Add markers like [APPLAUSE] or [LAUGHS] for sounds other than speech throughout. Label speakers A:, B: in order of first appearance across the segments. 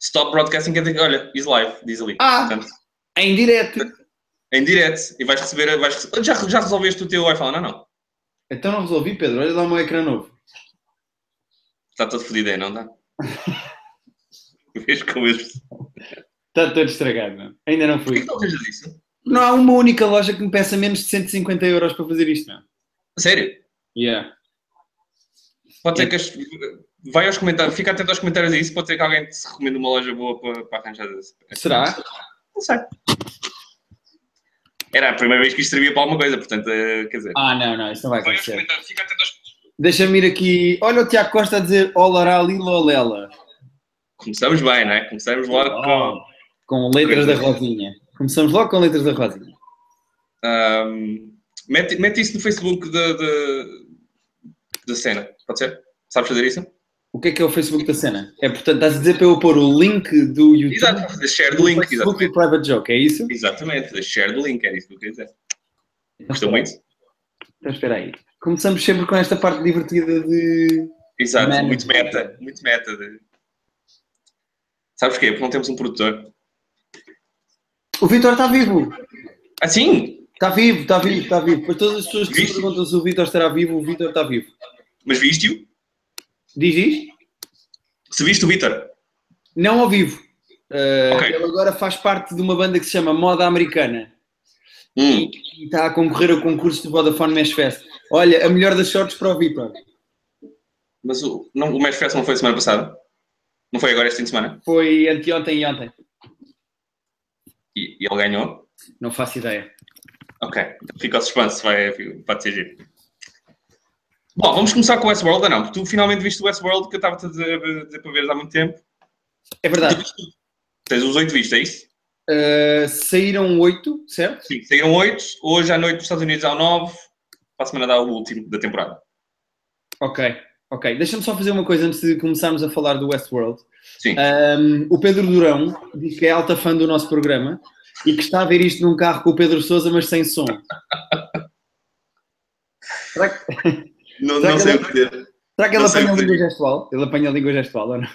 A: Stop broadcasting quer dizer que, olha, is live, diz ali.
B: Ah,
A: Portanto,
B: em direto.
A: em direto. E vais receber. Vais, rece- já, já resolveste o teu iPhone? Não, não.
B: Então não resolvi, Pedro. Olha lá o meu ecrã novo.
A: Está todo fodido aí, não
B: [LAUGHS]
A: está? Vês como este.
B: Está todo estragado, mano. Ainda não
A: Porquê
B: fui.
A: que não arranjas isso?
B: Não há uma única loja que me peça menos de 150 euros para fazer isto, não.
A: Sério?
B: Yeah.
A: Pode
B: É.
A: ser que. as- Vai aos comentários, fica atento aos comentários a isso. Pode ser que alguém te recomenda uma loja boa para, para arranjar. esse-
B: Será?
A: Não sei. Era a primeira vez que isto servia para alguma coisa, portanto, eh, quer dizer.
B: Ah, não, não, isso não vai
A: Vai aos
B: acontecer.
A: comentários, fica atento aos.
B: Deixa-me ir aqui. Olha o Tiago Costa a dizer Olará Lilolela.
A: Começamos bem, não é? Começamos logo
B: Oh.
A: com.
B: Com letras da Rosinha. Começamos logo com letras da Rosinha.
A: Ahm, mete, mete isso no Facebook da, da, da cena, pode ser? Sabes fazer isso?
B: O que é que é o Facebook da cena? É, portanto, estás a dizer para eu pôr o link do YouTube
A: Exato, fazer share do
B: do
A: link,
B: Facebook e
A: exatamente.
B: o Private Joke, é isso?
A: Exatamente, fazer share do link, era isso que eu queria dizer. Gostou muito?
B: Então, espera aí. Começamos sempre com esta parte divertida de...
A: Exato,
B: Mano.
A: muito meta, muito meta. de- Sabes porquê? Porque não temos um produtor.
B: O Vitor está vivo!
A: Ah, sim!
B: Está vivo, está vivo, está vivo. Para todas as pessoas que se
A: Viste?
B: perguntam se o Vitor estará vivo, o Vitor está vivo.
A: Mas viste-o?
B: Diz isto?
A: Se viste o Vitor?
B: Não ao vivo. Uh,
A: Ok.
B: Ele agora faz parte de uma banda que se chama Moda Americana
A: Hum,
B: e está a concorrer ao concurso do Vodafone Mesh Fest. Olha, a melhor das sortes para o Vitor.
A: mas o, não, o Match Fest não foi semana passada? Não foi agora este fim de semana?
B: Foi anteontem e ontem.
A: E, e ele ganhou?
B: Não faço ideia.
A: Ok, então fica ao suspense, vai, pode ser giro. Bom, vamos começar com o Westworld ou não? Porque tu finalmente viste o Westworld que eu estava-te a dizer, dizer para veres há muito tempo.
B: É verdade.
A: Tens os oito vistos, é isso?
B: Uh, saíram oito, certo?
A: Sim, saíram oito. Hoje à noite nos Estados Unidos há um nove. Para a semana dá o último da temporada.
B: Ok, ok. Deixa-me só fazer uma coisa antes de começarmos a falar do Westworld.
A: Sim.
B: Um, o Pedro Durão diz que é alta fã do nosso programa e que está a ver isto num carro com o Pedro Sousa, mas sem som. Será que,
A: Não,
B: Será
A: não
B: que
A: sei o
B: ele-
A: que dizer.
B: será que ele
A: Não sei
B: apanha a
A: o que
B: língua gestual? Ele apanha a língua gestual ou não?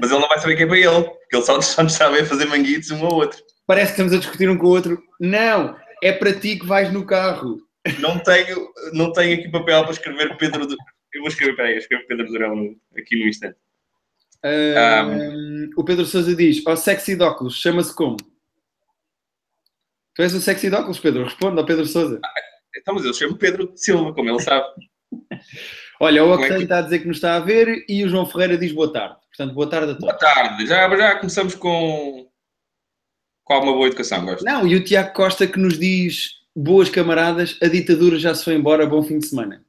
A: Mas ele não vai saber quem é para ele. Porque ele só, só nos sabe a fazer manguitos um ao outro.
B: Parece que estamos a discutir um com o outro. Não, é para ti que vais no carro.
A: Não tenho, não tenho aqui papel para escrever Pedro Durão. Eu vou escrever, peraí, eu escrevo Pedro Durão no- aqui no Ah, instante.
B: Um, o Pedro Sousa diz: Ó sexy de óculos, chama-se como? Tu és o sexy de óculos, Pedro? Responde ao Pedro Sousa.
A: Então, mas eu chamo Pedro Silva, como ele sabe.
B: Olha, o
A: Como é
B: Octane
A: que-
B: está a dizer que nos está a ver e o João Ferreira diz boa tarde. Portanto, boa tarde a todos.
A: Boa tarde. Já, já começamos com, com alguma boa educação, gosto.
B: Não, e o Tiago Costa que nos diz: boas camaradas, a ditadura já se foi embora, bom fim de semana.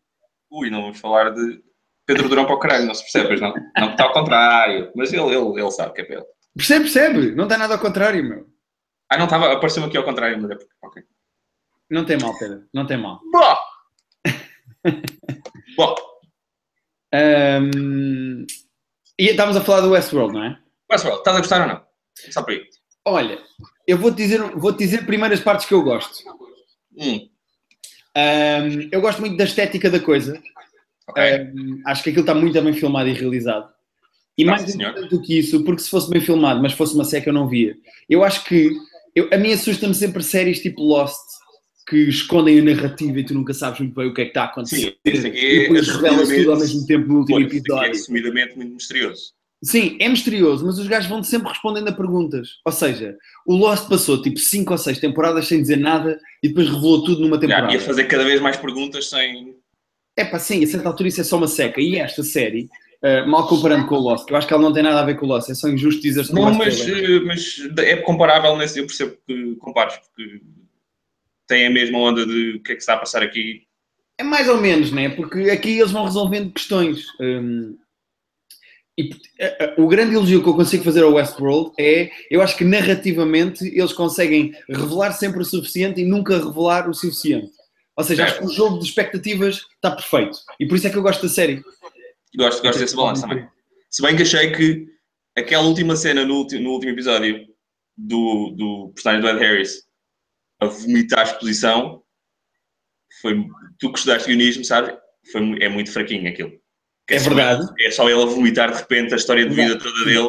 A: Ui, não vamos falar de Pedro Durão para o caralho, não se percebe, pois não. Não, está ao contrário. Mas ele, ele, ele sabe que é para ele.
B: Percebe, percebe? Não tem nada ao contrário, meu.
A: Ah, não estava, apareceu aqui ao contrário, mas é porque. Ok.
B: Não tem mal, Pedro, não tem mal.
A: Bom!
B: [LAUGHS]
A: Bom,
B: Ahm, E estávamos a falar do Westworld, não é?
A: Westworld, estás a gostar ou não? Só por aí.
B: Olha, eu vou-te dizer, vou dizer primeiro as partes que eu gosto.
A: Hum,
B: Ahm, eu gosto muito da estética da coisa.
A: ok.
B: Um, acho que aquilo está muito bem filmado e realizado. E
A: Está,
B: mais
A: sim, senhor.
B: importante do que isso, porque se fosse bem filmado, mas fosse uma série que eu não via, eu acho que eu- a mim assusta-me sempre séries tipo Lost que escondem a narrativa e tu nunca sabes muito bem o que é que está a
A: Sim,
B: acontecer.
A: isso aqui
B: e
A: é
B: depois revela-se tudo ao
A: assumidamente-
B: mesmo tempo no último
A: Pois, isso aqui é
B: episódio.
A: assumidamente muito misterioso.
B: Sim, é misterioso, mas os gajos vão sempre respondendo a perguntas. Ou seja, o Lost passou tipo 5 ou 6 temporadas sem dizer nada e depois revelou tudo numa
A: Já,
B: temporada.
A: ia fazer cada vez mais perguntas sem.
B: É pá, sim, a certa altura isso é só uma seca. E esta série, eh, mal comparando com o Lost, que eu acho que ela não tem nada a ver com o Lost, é só injusto dizer-se que o
A: Não,
B: Lost
A: mas,
B: é bem.
A: eh, mas é comparável nesse. Eu percebo que compares, porque tem a mesma onda de o que é que está a passar aqui.
B: É mais ou menos, né? Porque aqui eles vão resolvendo questões. hum, e eh, eh, o grande elogio que eu consigo fazer ao Westworld é, eu acho que narrativamente eles conseguem revelar sempre o suficiente e nunca revelar o suficiente. Ou seja, acho que o jogo de expectativas está perfeito. E por isso é que eu gosto da série.
A: Gosto, gosto desse balanço também. Se bem que achei que aquela última cena no último, no último episódio do, do personagem do Ed Harris a vomitar a exposição foi. Tu que estudaste guionismo, sabes? Foi, mu- é muito fraquinho aquilo.
B: É verdade.
A: É só ele a vomitar de repente a história de vida toda dele.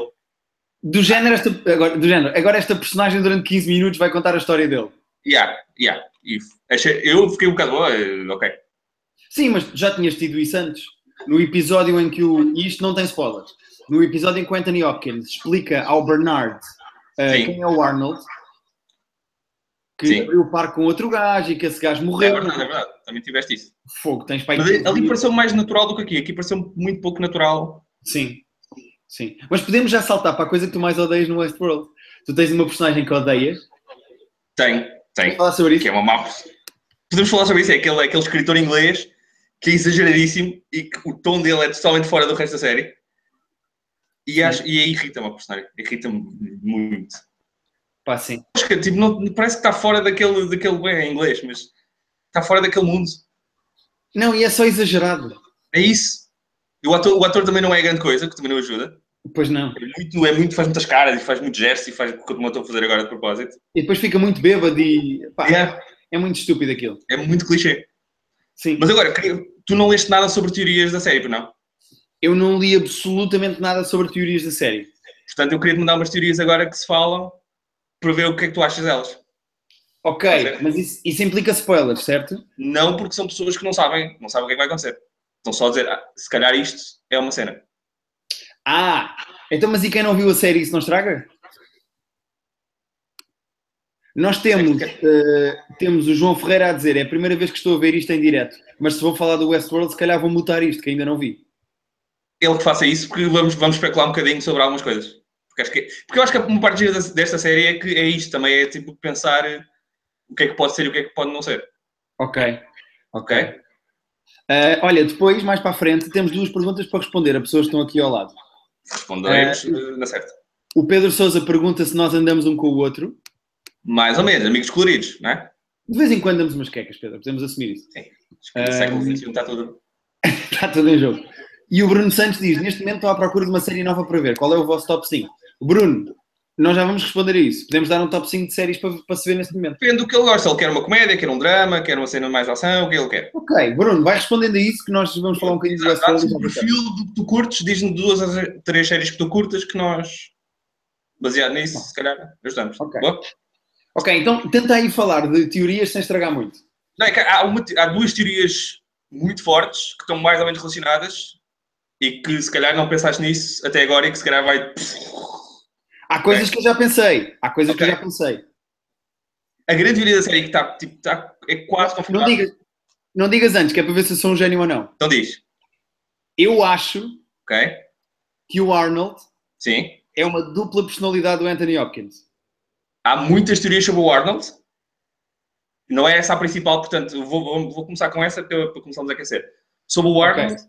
B: Do género, esta, agora, do género, agora esta personagem durante 15 minutos vai contar a história dele.
A: Yeah, yeah. E achei- eu fiquei um bocado. "Ah, ok.
B: Sim, mas já tinhas tido isso antes. No episódio em que o. E isto não tem spoilers. No episódio em que o Anthony Hopkins explica ao Bernard eh,
A: Sim.
B: quem é o Arnold, que
A: Sim.
B: abriu o par com outro gajo e que esse gajo
A: É
B: morreu.
A: verdade, é verdade. Também tiveste isso.
B: Fogo, tens pai.
A: Mas é ali ali pareceu mais natural do que aqui. Aqui pareceu muito pouco natural.
B: Sim, sim. Mas podemos já saltar para a coisa que tu mais odeias no Westworld. Tu tens uma personagem que odeias.
A: Tem,
B: Vamos
A: tem.
B: falar sobre
A: Que
B: isso.
A: é uma má. Podemos falar sobre isso. É aquele, aquele escritor inglês que é exageradíssimo e que o tom dele é totalmente fora do resto da série. E, acho, e aí irrita-me a personagem. Irrita-me muito.
B: Pá, sim.
A: Acho que tipo, não, parece que está fora daquele, daquele. bem, É inglês, mas está fora daquele mundo.
B: Não, e é só exagerado.
A: É isso. E o ator, o ator também não é grande coisa, que também não ajuda.
B: Pois não.
A: É muito, é muito, faz muitas caras e faz muito gestos e faz o que eu estou a fazer agora de propósito.
B: E depois fica muito bêbado e. Pá,
A: Yeah,
B: é muito estúpido aquilo.
A: é muito clichê.
B: Sim.
A: Mas agora, queria- tu não leste nada sobre teorias da série, pois não?
B: Eu não li absolutamente nada sobre teorias da série.
A: Portanto, eu queria te mandar umas teorias agora que se falam para ver o que é que tu achas delas.
B: Ok,
A: Ok.
B: mas isso, isso implica spoilers, certo?
A: Não porque são pessoas que não sabem, não sabem o que é que vai acontecer. Estão só a dizer, ah, se calhar isto é uma cena.
B: Ah! Então, mas e quem não viu a série, isso não estraga? Nós temos, eh, temos o João Ferreira a dizer: é a primeira vez que estou a ver isto em direto, mas se vou falar do Westworld, se calhar vou mutar isto, que ainda não vi.
A: Ele que faça isso porque vamos, vamos especular um bocadinho sobre algumas coisas. Porque, acho que, porque eu acho que uma parte gira desta- desta série é que é isto também, é tipo pensar o que é que pode ser e o que é que pode não ser.
B: Ok, ok.
A: Ok.
B: Eh, olha, depois, mais para a frente, temos duas perguntas para responder a pessoas que estão aqui ao lado.
A: Responderemos eh, na certa.
B: O Pedro Souza pergunta se nós andamos um com o outro.
A: Mais ou menos, amigos coloridos, não é?
B: De vez em quando damos umas quecas, Pedro, podemos assumir isso.
A: Acho que no
B: Ah,
A: século XXI está tá tudo.
B: Está tudo em jogo. E o Bruno Santos diz: neste momento estou à procura de uma série nova para ver. Qual é o vosso top 5? Bruno, nós já vamos responder a isso. Podemos dar um top 5 de séries para, para se ver neste momento.
A: Depende do que ele gosta. Ele quer uma comédia, quer um drama, quer uma cena mais de ação, o que ele quer.
B: Ok, Bruno, vai respondendo a isso que nós vamos falar um bocadinho do
A: Exato,
B: Westworld. e
A: o
B: já voltamos.
A: perfil do que tu curtes, diz-me duas ou três séries que tu curtas que nós, baseado nisso, se calhar, ajudamos.
B: Ok.
A: Boa?
B: Ok, então tenta aí falar de teorias sem estragar muito.
A: Não, é que há, uma te- há duas teorias muito fortes que estão mais ou menos relacionadas e que se calhar não pensaste nisso até agora e que se calhar vai.
B: Há coisas que eu já pensei. Há coisas que eu
A: Ok.
B: já pensei.
A: A grande maioria da série que está tipo, está- é quase
B: Não
A: confirmada.
B: digas, não digas antes, que é para ver se eu sou um gênio ou não.
A: Então diz.
B: Eu acho
A: Ok?
B: que o Arnold
A: Sim.
B: é uma dupla personalidade do Anthony Hopkins.
A: Há muitas teorias sobre o Arnold. Não é essa a principal, portanto, vou, vou- vou começar com essa para, para começarmos a aquecer. Sobre o Arnold,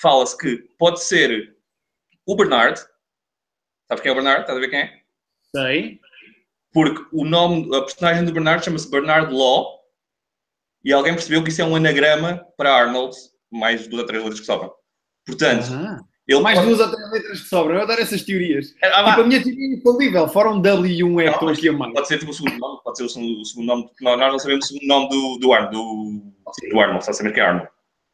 A: fala-se que pode ser o Bernard. Sabes quem é o Bernard? Estás a ver quem é?
B: Sei.
A: Porque o nome, a personagem do Bernard chama-se Bernard Law. E alguém percebeu que isso é um anagrama para Arnold, mais duas ou três letras que sobram. Portanto,
B: Ah.
A: ele
B: Mais
A: pode-
B: duas ou três letras que sobram. Eu adoro essas teorias.
A: Ah, vá.
B: Tipo, a minha teoria é infalível. Fora um W e um E que
A: Não,
B: estão aqui a mais.
A: Pode ser tipo, o segundo nome, pode ser o segundo, o segundo nome. Nós nós não sabemos o segundo nome do, do Arnold, do, sim, do Arnold, só sabemos quem é Arnold.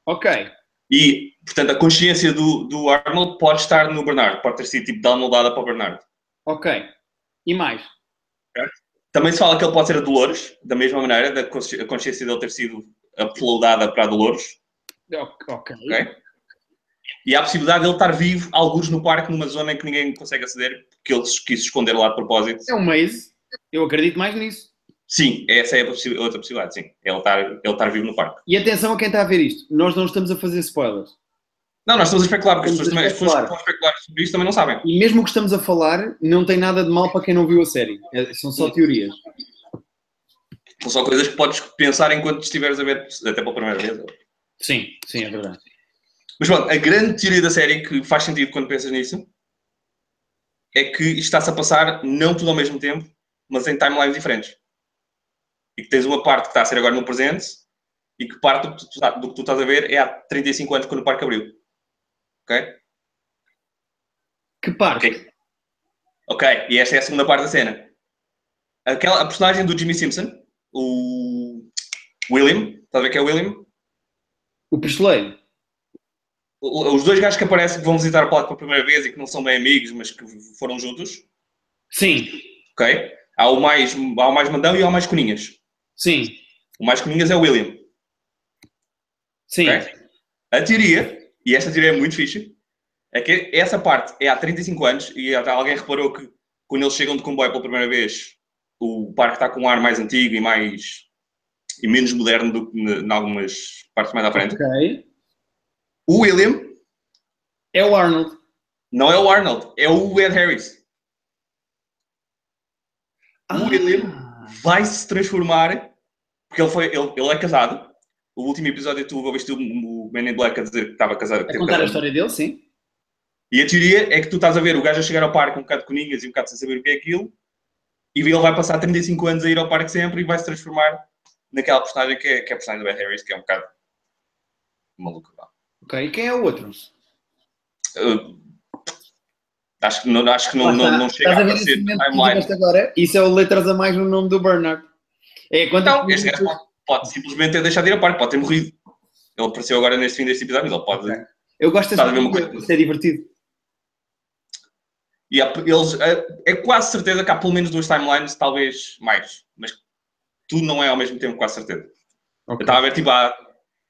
B: Ok.
A: E, portanto, a consciência do, do Arnold pode estar no Bernardo, pode ter sido tipo downloadada para o Bernardo.
B: Ok. E mais?
A: Também se fala que ele pode ser a Dolores, da mesma maneira, da consci- a consciência dele ter sido uploadada para a Dolores.
B: Ok. ok.
A: Ok? E há a possibilidade de ele estar vivo, alguns no parque, numa zona em que ninguém consegue aceder, porque ele se quis esconder lá de propósito.
B: É um mês. Eu acredito mais nisso.
A: Sim, essa é a possi- outra possibilidade, sim. Ele estar, ele estar vivo no parque.
B: E atenção a quem está a ver isto. Nós não estamos a fazer spoilers.
A: Não, nós estamos a especular, porque as pessoas,
B: Estamos a
A: também, as pessoas que
B: especular.
A: estão a especular sobre isso também não sabem.
B: E mesmo o que estamos a falar, não tem nada de mal para quem não viu a série. É- São só teorias.
A: São só coisas que podes pensar enquanto estiveres a ver, até pela primeira vez,
B: Sim, sim, é verdade.
A: Mas pronto, a grande teoria da série que faz sentido quando pensas nisso é que isto está-se a passar não tudo ao mesmo tempo, mas em timelines diferentes. E que tens uma parte que está a ser agora no presente e que parte do que tu, do que tu estás a ver é há 35 anos quando o parque abriu. Ok?
B: Que parte?
A: Ok. Ok, e esta é a segunda parte da cena. Aquela, a personagem do Jimmy Simpson, o William, estás a ver que é o William?
B: O pistoleiro.
A: os dois gajos que aparecem que vão visitar o palco pela primeira vez e que não são bem amigos, mas que foram juntos,
B: Sim,
A: ok? Há o mais, há o mais mandão e há o mais coninhas.
B: sim,
A: O mais coninhas é o William,
B: sim.
A: ok? A teoria, e esta teoria é muito fixe, é que essa parte é há 35 anos e até alguém reparou que quando eles chegam de comboio pela primeira vez, o parque está com um ar mais antigo e mais e menos moderno do que n- em algumas partes mais à frente.
B: Ok.
A: O William
B: É o Arnold.
A: não é o Arnold, é o Ed Harris. O William.
B: Ah.
A: vai se transformar, porque ele, foi, ele, ele é casado. O último episódio tu ouviste o, o Men in Black a dizer que estava casado. que
B: A
A: teve
B: contar a
A: casado.
B: história dele, sim.
A: E a teoria é que tu estás a ver o gajo a chegar ao parque um bocado de coninhas e um bocado sem saber o que é aquilo, e ele vai passar 35 anos a ir ao parque sempre e vai se transformar naquela personagem que é, que é a personagem do Ed Harris, que é um bocado maluco. vá.
B: Ok, e quem é o outro?
A: Eu- acho que não, acho que não,
B: Lá está.
A: não, não chega a
B: Estás ver
A: aparecer
B: esse
A: no
B: momento que
A: timeline.
B: tiveste agora? Isso é o letras a mais no nome do Bernard. É quando
A: Então, este gajo pode, pode simplesmente ter deixado de ir ao parque, pode ter morrido. Ele apareceu agora neste fim deste episódio, mas ele pode
B: Ok. Eu gosto
A: Estás a ver
B: dessa
A: uma
B: coisa,
A: coisa?
B: isso é divertido.
A: E há- eles, é, é quase certeza que há pelo menos duas timelines, talvez mais. Mas tudo não é ao mesmo tempo, quase certeza. Eu estava a ver, tipo, há,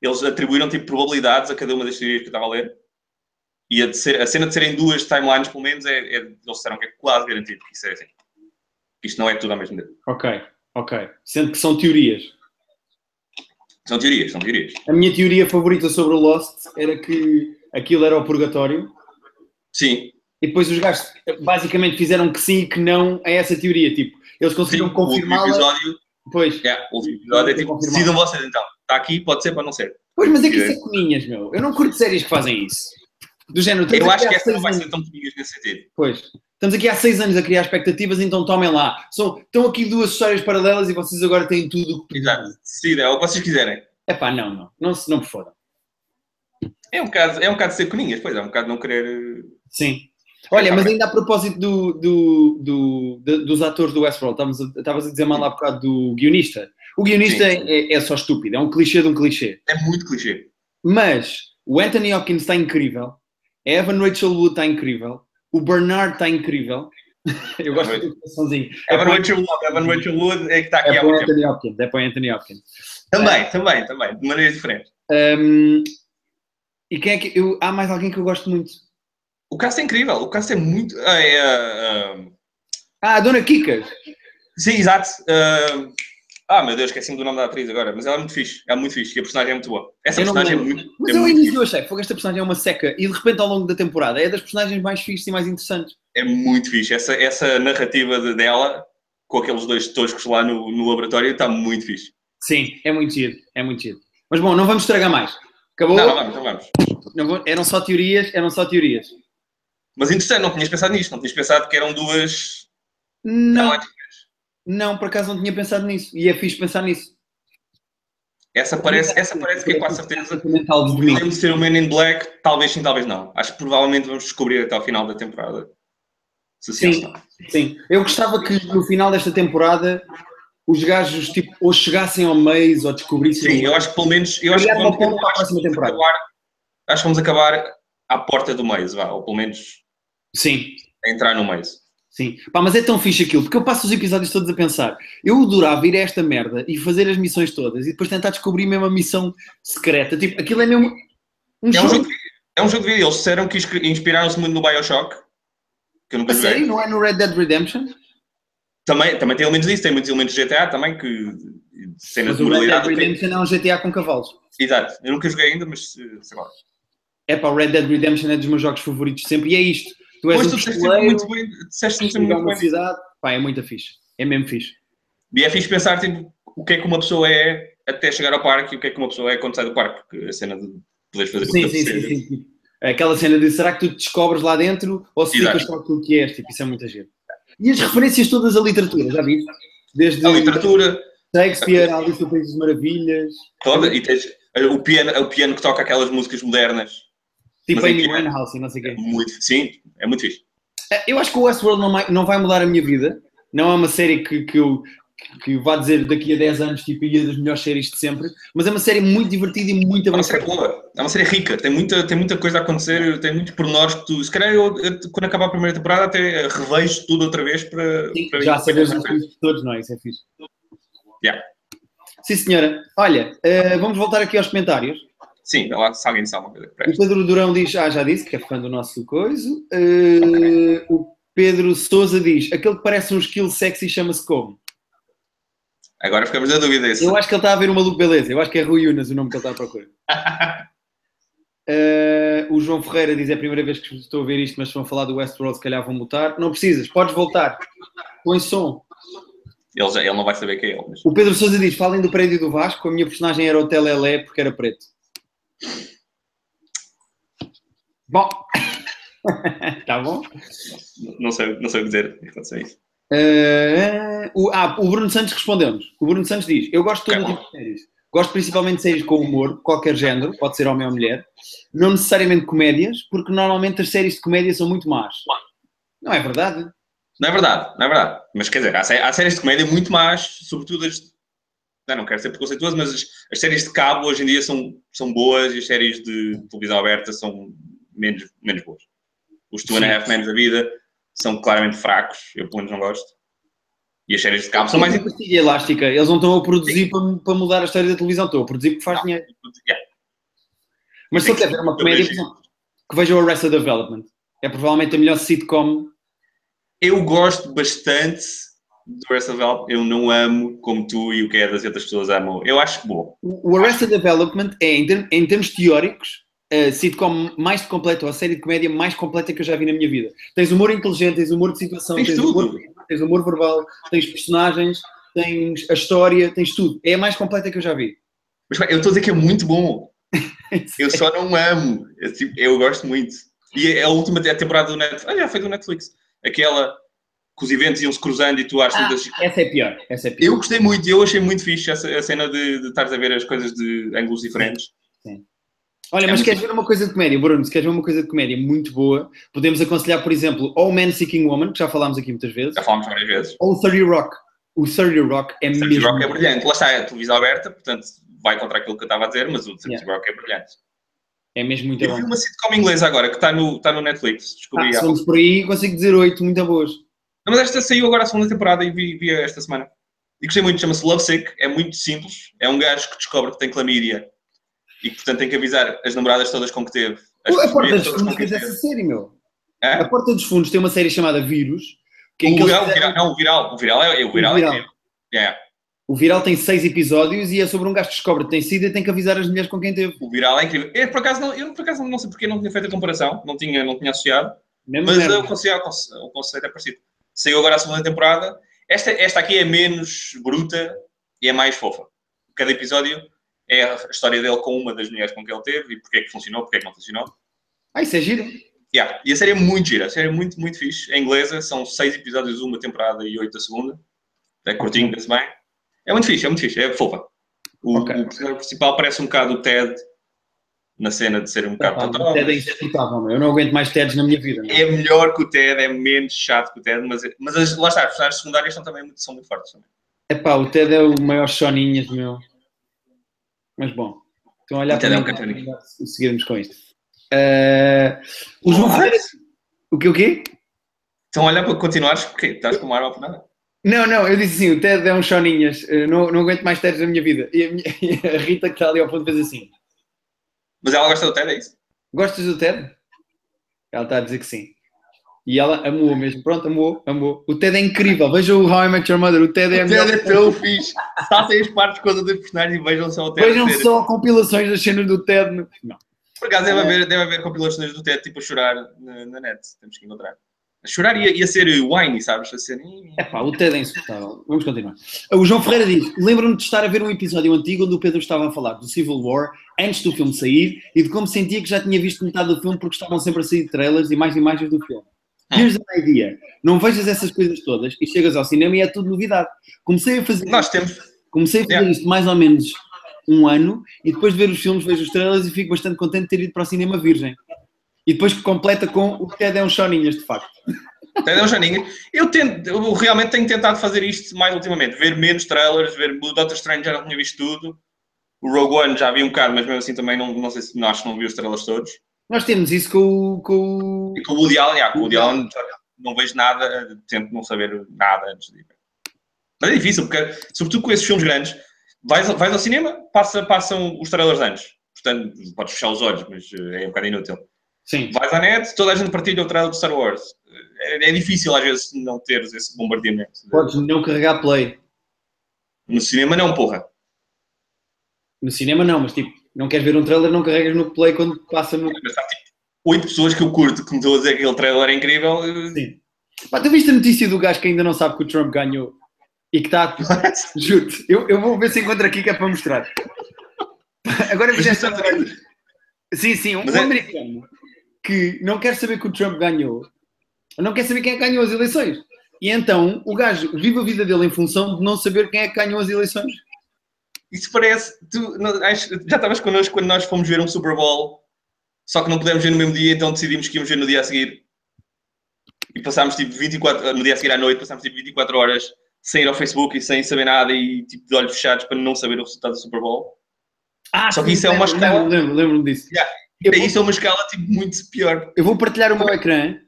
A: eles atribuíram tipo, probabilidades a cada uma das teorias que eu estava a ler. E a, de ser- a cena de serem duas timelines, pelo menos, é, é- eles disseram que é quase garantido que isso é assim. Que isto não é tudo ao mesmo tempo.
B: Ok, ok. Sendo que são teorias.
A: São teorias, são teorias.
B: A minha teoria favorita sobre o Lost era que aquilo era o purgatório
A: Sim,
B: e depois os gajos basicamente fizeram que sim e que não a essa teoria. Tipo, eles
A: sim
B: conseguiram
A: o último
B: confirmá-la.
A: episódio,
B: Pois.
A: yeah, o último episódio é tipo,
B: Confirmado.
A: decidam vocês então. Está aqui, pode ser, pode não ser.
B: Pois, mas é que isso é coninhas, meu. Eu não curto séries que fazem isso. Do género, estamos
A: Eu
B: aqui
A: acho
B: há
A: que essa não
B: seis
A: vai
B: anos-
A: ser tão comigo nesse sentido.
B: Pois. Estamos aqui há seis anos a criar expectativas, então tomem lá. São, estão aqui duas histórias paralelas e vocês agora têm tudo o que
A: Exato. Decidam, é o que vocês quiserem.
B: É pá, não, não. Não se não me fodam.
A: É um bocado, é um bocado ser coninhas, pois é, um bocado não querer. eh,
B: Sim. Olha, mas ainda a propósito do, do- do- de- dos atores do Westworld, estavas a, estavas a dizer mal há bocado do guionista. O guionista
A: Sim.
B: é, é só estúpido, é um clichê de um clichê.
A: É muito clichê.
B: Mas o Anthony Hopkins está incrível, a Evan Rachel Wood está incrível, o Bernard está incrível. [LAUGHS] Eu gosto do coraçãozinho. É
A: Evan
B: para o-
A: Rachel Wood, Evan Rachel Wood é que está aqui
B: é
A: há
B: para o
A: muito tempo.
B: Anthony Hopkins, é para o Anthony Hopkins.
A: Também, também, também, de maneiras diferentes.
B: Hum, e quem é que. eu- há mais alguém que eu gosto muito.
A: O cast é incrível, o cast é muito. ah, é, ah, ah,
B: Ah, a Dona Kikas.
A: sim, exato. ah, ah, meu Deus, esqueci-me do nome da atriz agora, mas ela é muito fixe, é muito fixe e a personagem é muito boa. Essa
B: Eu não me
A: personagem é
B: lembro.
A: muito.
B: Mas
A: é
B: eu ao
A: muito
B: início
A: fixe.
B: eu achei, foi que esta personagem é uma seca e de repente ao longo da temporada é das personagens mais fixes e mais interessantes.
A: é muito fixe. Essa, essa narrativa de- dela, com aqueles dois toscos lá no, no laboratório, está muito fixe.
B: Sim, é muito giro, é muito giro. Mas bom, não vamos estragar mais. Acabou?
A: Não, não vamos, não vamos.
B: Não vou- eram só teorias, eram só teorias.
A: Mas interessante, não tinhas pensado nisto, não tinhas pensado que eram duas. Tá
B: Não,
A: Não, é-
B: não, por acaso não tinha pensado nisso. E é fixe pensar nisso.
A: Essa parece, essa parece que é quase certeza.
B: Mental de
A: O
B: domingo.
A: William ser o Man in Black, talvez sim, talvez não. Acho que provavelmente vamos descobrir até ao final da temporada. Se sim, ou se
B: Sim.
A: não.
B: Sim. Eu gostava que no final desta temporada os gajos tipo, ou chegassem ao mês ou descobrissem.
A: sim, eu acho que pelo menos. Eu acho que,
B: Criar uma
A: vamos,
B: ponte para
A: acho
B: a
A: que
B: próxima
A: vamos
B: temporada.
A: acabar, acho que vamos acabar à porta do mês, vá, ou pelo menos
B: Sim.
A: a entrar no mês.
B: Sim, pá, mas é tão fixe aquilo, porque eu passo os episódios todos a pensar. Eu adorava ir a esta merda e fazer as missões todas e depois tentar descobrir mesmo a missão secreta. Tipo, aquilo é mesmo um
A: É um
B: jogo.
A: jogo de vídeo. É um jogo de vídeo. Eles disseram que inscre- inspiraram-se muito no Bioshock, que eu nunca
B: A sério,
A: joguei.
B: não é no Red Dead Redemption?
A: Também, também tem elementos disso, tem muitos elementos de GTA também, que cenas
B: Mas
A: de
B: o Red Dead
A: moralidade. ok.
B: Redemption é um GTA com cavalos.
A: Exato. Eu nunca joguei ainda, mas eh, sei lá.
B: É pá, o Red Dead Redemption é dos meus jogos favoritos sempre e é isto. Tu és
A: Pois
B: um
A: tu disseste
B: pistoleiro,
A: muito bem, disseste
B: chegar
A: sempre
B: a
A: muito
B: uma
A: bem.
B: cidade. Pá, é muito fixe. É mesmo fixe.
A: E é fixe pensar tipo, o que é que uma pessoa é até chegar ao parque e o que é que uma pessoa é quando sai do parque, porque a cena de poderes fazer o
B: Sim,
A: [LAUGHS] que
B: sim,
A: acontecer.
B: sim, sim, sim. É Aquela cena de será que tu te descobres lá dentro ou se
A: Exato.
B: ficas só com o que és? Tipo, isso é muita gente. E as referências todas à literatura, já viste? Desde
A: A literatura,
B: Shakespeare, a Alice no País das Maravilhas,
A: toda, e tens eh, o piano, o piano que toca aquelas músicas modernas.
B: tipo
A: Mas é
B: Amy
A: que é-
B: Winehouse e não sei o
A: É
B: quê. Eh,
A: muito, sim, é muito fixe.
B: Eu acho que o Westworld não vai, não vai mudar a minha vida. Não é uma série que, que eu que vá dizer daqui a 10 anos, tipo, ia das melhores séries de sempre, mas é uma série muito divertida e muito
A: É uma
B: avançada.
A: série boa, é uma série rica, tem muita, tem muita coisa a acontecer, tem muitos pormenores que tu. Se calhar eu, eu, quando acabar a primeira temporada, até revejo tudo outra vez para.
B: Sim,
A: para
B: já
A: ver
B: sabemos
A: como é
B: os
A: que
B: filmes de todos, não é? Isso é fixe.
A: Yeah.
B: Sim, senhora. Olha, eh, vamos voltar aqui aos comentários.
A: é. Sim, vê lá se alguém sabe uma coisa. que preste.
B: O Pedro Durão diz, ah, já disse, que é fã do nosso coiso. Eh, o Pedro Souza diz, aquele que parece um esquilo sexy chama-se como?
A: Agora ficamos na dúvida. Esse.
B: Eu acho que ele está a ver o Maluco Beleza. Eu acho que é Rui Unas o nome que ele está a procurar. Eh, o João Ferreira diz, é a primeira vez que estou a ver isto, mas se vão falar do Westworld, se calhar vão mutar. Não precisas, podes voltar. Põe som.
A: Ele, já, ele não vai saber quem é ele, mas.
B: O Pedro Souza diz, falem do prédio do Vasco, a minha personagem era o Telelé porque era preto. Bom. [LAUGHS] Está bom?
A: Não sei, não sei o que dizer em relação a isso.
B: Ah, o, ah, o Bruno Santos respondeu-nos. O Bruno Santos diz: Eu gosto de todo
A: Ok.
B: tipo de séries. Gosto principalmente de séries com humor, qualquer género, pode ser homem ou mulher. Não necessariamente comédias, porque normalmente as séries de comédia são muito más. Não é verdade?
A: Não é verdade, não é verdade. Mas quer dizer, há, sé- há séries de comédia muito más, sobretudo as. Não, não quero ser preconceituoso, mas as, as séries de cabo hoje em dia são, são boas e as séries de televisão aberta são menos, menos boas. Os Two and
B: Sim.
A: a Half Men da vida são claramente fracos, eu pelo menos não gosto. E as séries de cabo são mais.
B: Tipo pastilha elástica. Eles não estão a produzir para, para mudar a história da televisão, estão a produzir porque faz
A: Não.
B: dinheiro.
A: Yeah,
B: Mas se eu quer ver uma
A: Eu
B: comédia, por
A: vejo-
B: exemplo, que veja o Arrested Development. É provavelmente a melhor sitcom.
A: Eu gosto bastante do Wrestle eu não amo como tu e o que é das outras pessoas amam. Eu acho bom.
B: O o Arrested Development é, em, ter- em termos teóricos, a sitcom mais completa, ou a série de comédia mais completa que eu já vi na minha vida. Tens humor inteligente, tens humor de situação,
A: Tens
B: tens,
A: tudo.
B: humor, tens humor verbal, tens personagens, tens a história, tens tudo. É a mais completa que eu já vi.
A: Mas pá, eu estou a dizer que é muito bom. Eu só não amo. Eu, tipo, eu gosto muito. E é a última te- a temporada do Netflix. Ah, já foi do Netflix. Aquela que os eventos iam-se cruzando e tu achas. todas-
B: Essa é pior, essa é pior.
A: Eu gostei muito, eu achei muito fixe essa, a cena de, de estares a ver as coisas de ângulos diferentes.
B: Olha,
A: É
B: mas
A: muito
B: queres ver uma coisa de comédia, Bruno? Se queres ver uma coisa de comédia muito boa, podemos aconselhar, por exemplo, ou Man Seeking Woman, que já falámos aqui muitas vezes,
A: Já falámos várias vezes.
B: ou 30 Rock. O 30 Rock é
A: O
B: mesmo.
A: Rock é brilhante. Lá está, é a televisão aberta, portanto vai contra aquilo que eu estava a dizer, mas o Sergio Rock é brilhante.
B: É mesmo muito
A: Eu
B: bom.
A: vi um uma sitcom inglesa agora que está no, está no Netflix. Descobri.
B: Ah,
A: há
B: se
A: pouco.
B: vamos por aí, consigo dizer oito, muito boas.
A: Não, mas esta saiu agora a segunda temporada e vi, vi esta semana. E gostei muito, chama-se Lovesick, é muito simples. É um gajo que descobre que tem clamídia e que, portanto, tem que avisar as namoradas todas com que teve. As
B: Pô, a Porta
A: famílias
B: dos
A: todas
B: Fundos
A: com que
B: fez essa
A: teve.
B: série, meu.
A: Hã?
B: A Porta dos Fundos tem uma série chamada Vírus. que é em que
A: O
B: eles
A: viral, o
B: fizeram-
A: viral, não, o viral, o viral é, é- o viral é
B: Viral.
A: incrível. É,
B: o Viral tem seis episódios e é sobre um gajo que descobre que tem sido e tem que avisar as mulheres com quem teve.
A: o viral é incrível. Eu, por acaso, não, eu, por acaso, não sei porque não tinha feito a comparação, não tinha, não tinha associado,
B: É Mesmo
A: mas
B: merda.
A: eu consigo, o conce- o conceito é parecido. Saiu agora a segunda temporada. Esta, esta aqui é menos bruta e é mais fofa. Cada episódio é a história dele com uma das mulheres com que ele teve e porque é que funcionou, porque é que não funcionou.
B: Ah, isso é giro.
A: Yeah. E a série é muito gira, a série é muito, muito fixe. É inglesa, são seis episódios de uma temporada e oito da segunda. É curtinho, vê-se bem. É muito fixe, é muito fixe, é fofa. O,
B: Ok.
A: o personagem principal parece um bocado o Ted na cena de ser um bocado
B: Pá,
A: totó,
B: o Ted é
A: mas
B: insuportável, meu. Eu não aguento mais TEDs na minha vida. meu.
A: é melhor que o Ted, é menos chato que o Ted, mas, é, mas as, lá está, as personagens secundárias são também muito, são muito fortes. Também.
B: Epá, o Ted é o maior soninhas, meu. Mas bom, estão a olhar
A: O Ted é um
B: mim,
A: catarinho.
B: se seguirmos com isto. Ah, o João Ferreira. O que o quê?
A: Então olha para continuares, porque estás com uma arma por nada.
B: Não, não, eu disse assim, o Ted é um choninhas, eh, não, não aguento mais Teds na minha vida. E a, minha- [LAUGHS] e a Rita que está ali ao fundo fez assim,
A: Mas ela gosta do Ted, é isso?
B: gostas do Ted? Ela está a dizer que sim. E ela amou mesmo, pronto, amou, amou. O Ted é incrível, veja o How I Met Your Mother, o Ted é a melhor...
A: tão fixe. Façam as partes coisas dos personagens e vejam só o Ted.
B: Vejam
A: ser-
B: só compilações das cenas do Ted. no- Não.
A: Por acaso deve haver, deve haver compilações do Ted tipo a chorar na, na net, temos que encontrar. A chorar e a, e a ser whiny, sabes? A ser.
B: Epá, o Ted é insuportável. Vamos continuar. O João Ferreira diz: Lembro-me de estar a ver um episódio antigo onde o Pedro estava a falar do Civil War antes do filme sair e de como sentia que já tinha visto metade do filme porque estavam sempre a sair trailers e mais imagens do filme.
A: É.
B: Here's an idea. Não vejas essas coisas todas e chegas ao cinema e é tudo novidade. Comecei a fazer,
A: Nós temos.
B: comecei a fazer
A: Yeah.
B: isto mais ou menos um ano e depois de ver os filmes vejo os trailers e fico bastante contente de ter ido para o cinema virgem. E depois que completa com o Ted é um choninhas, de facto.
A: Entendeu, Janinho? Eu, tento, eu realmente tenho tentado fazer isto mais ultimamente. Ver menos trailers, ver o Doctor Strange já não tinha visto tudo. O Rogue One já vi um bocado, mas mesmo assim também não, não sei se não acho que não vi os trailers todos.
B: Nós temos isso com, o- com... o-
A: E com o Woody Allen, já, com o Woody Allen já não vejo nada, tento não saber nada antes de ir ver. Mas é difícil, porque, sobretudo com esses filmes grandes, vais, ao- vais ao cinema, passa, passam os trailers antes. Portanto, podes fechar os olhos, mas eh, é um bocado inútil.
B: Sim.
A: Vais à net, toda a gente partilha o trailer do Star Wars. É, é difícil às vezes não teres esse bombardeamento.
B: Podes não carregar play.
A: No cinema não, porra.
B: No cinema não, mas tipo, não queres ver um trailer, não carregas no play quando passa no...
A: Mas há tipo oito pessoas que eu curto que me estão a dizer que aquele trailer é incrível. eh,
B: Pá, tu viste a notícia do gajo que ainda não sabe que o Trump ganhou e que está... Juro-te, eu, eu vou ver se encontro aqui que é para mostrar. Agora
A: Mas é nos
B: fizeste...
A: Estados Unidos,
B: Sim, sim, um
A: Mas é-
B: americano que não quer saber que o Trump ganhou, não quer saber quem é que ganhou as eleições. E então o gajo vive a vida dele em função de não saber quem é que ganhou as eleições.
A: Isso parece. Tu, não- acho- já estavas connosco quando nós fomos ver um Super Bowl, só que não pudemos ver no mesmo dia, então decidimos que íamos ver no dia a seguir. E passámos tipo 24. No dia a seguir à noite, passámos tipo 24 horas sem ir ao Facebook e sem saber nada e tipo de olhos fechados para não saber o resultado do Super Bowl.
B: Ah,
A: Só que isso é uma
B: lembro,
A: escala.
B: lembro- Lembro-me disso.
A: Yeah.
B: Eu,
A: É
B: vou,
A: isso é uma escala tipo muito pior.
B: eu vou partilhar o meu ecrã.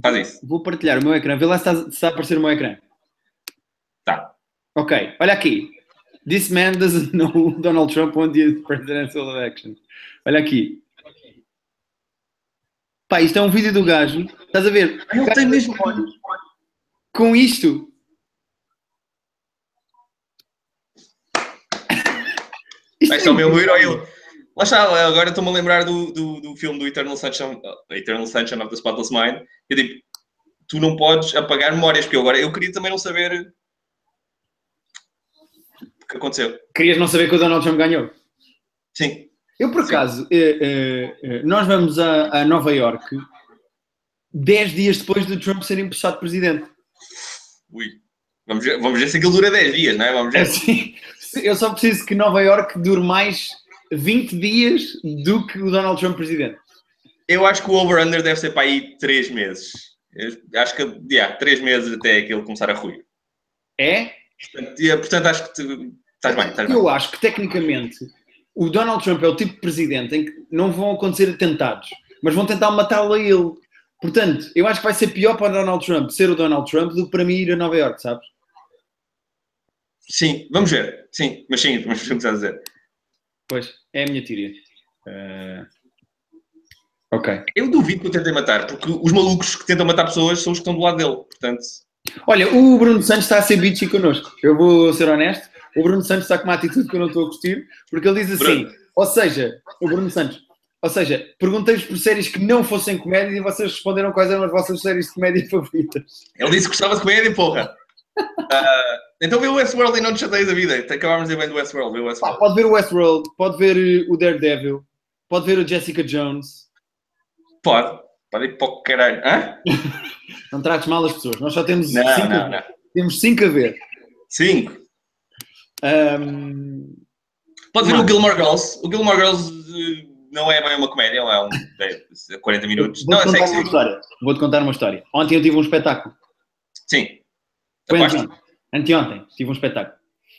A: Faz isso.
B: Vou partilhar o meu ecrã. Vê lá se está, se está a aparecer o meu ecrã.
A: Tá.
B: Ok, olha aqui. This man doesn't [LAUGHS] know Donald Trump won the presidential election. Olha aqui. Pá, isto é um vídeo do gajo. Estás a ver?
A: Ah, Ele tem mesmo olhos.
B: Com isto. [LAUGHS] Isto
A: Mas
B: é
A: é o meu
B: incrível.
A: herói. ele- Lá está, agora estou-me a lembrar do, do, do filme do Eternal Sunshine, uh, Eternal Sunshine of the Spotless Mind. Eu digo, tu não podes apagar memórias, porque eu agora eu queria também não saber o que aconteceu.
B: Querias não saber que o Donald Trump ganhou?
A: Sim.
B: Eu, por
A: Sim.
B: acaso, eh, eh, eh, nós vamos a, a Nova Iorque 10 dias depois do Trump ser empossado presidente.
A: Ui. Vamos ver, vamos ver se aquilo dura 10 dias, não é? Vamos
B: É
A: ver.
B: assim, [LAUGHS] eu só preciso que Nova Iorque dure mais 20 dias do que o Donald Trump presidente.
A: Eu acho que o over-under deve ser para aí 3 meses. Eu acho que, yeah, 3 meses até aquilo começar a ruir.
B: É?
A: Portanto, yeah, portanto, acho que tu- estás bem, estás bem.
B: Eu acho que, tecnicamente, o Donald Trump é o tipo de presidente em que não vão acontecer atentados, mas vão tentar matá-lo a ele. Portanto, eu acho que vai ser pior para o Donald Trump ser o Donald Trump do que para mim ir a Nova Iorque, sabes?
A: Sim, vamos ver. Sim, mas sim, mas o que estás a dizer.
B: Pois, é a minha teoria. Eh, Ok.
A: Eu duvido que o tentem matar, porque os malucos que tentam matar pessoas são os que estão do lado dele. Portanto,
B: Olha, o Bruno Santos está a ser bitchy connosco. Eu vou ser honesto. O Bruno Santos está com uma atitude que eu não estou a curtir, porque ele diz assim: ou seja, o Bruno Santos, ou seja, perguntei-vos por séries que não fossem comédia e vocês responderam quais eram as vossas séries de comédia [LAUGHS] favoritas.
A: ele disse que gostava de comédia, porra. Ah, então vê o Westworld e não te chateias a vida. Acabámos de ir bem do Westworld, vê o
B: Pá,
A: Westworld.
B: pode ver o Westworld, pode ver eh, o Daredevil, pode ver o Jessica Jones.
A: Pode. Pode ir para o caralho. Hã?
B: Não trates mal as pessoas, nós só temos
A: Não,
B: cinco, a
A: não,
B: ver.
A: não.
B: Temos cinco a ver.
A: Cinco.
B: Ahm,
A: Pode ver
B: Não.
A: o Gilmore Girls. O Gilmore Girls eh, não é bem uma comédia, é um é 40 minutos. Não,
B: Vou-te
A: é
B: contar uma
A: sexy.
B: história. Vou-te contar uma história. Ontem eu tive um espetáculo.
A: Sim.
B: Foi
A: Aposto.
B: anteontem. Anteontem tive um espetáculo.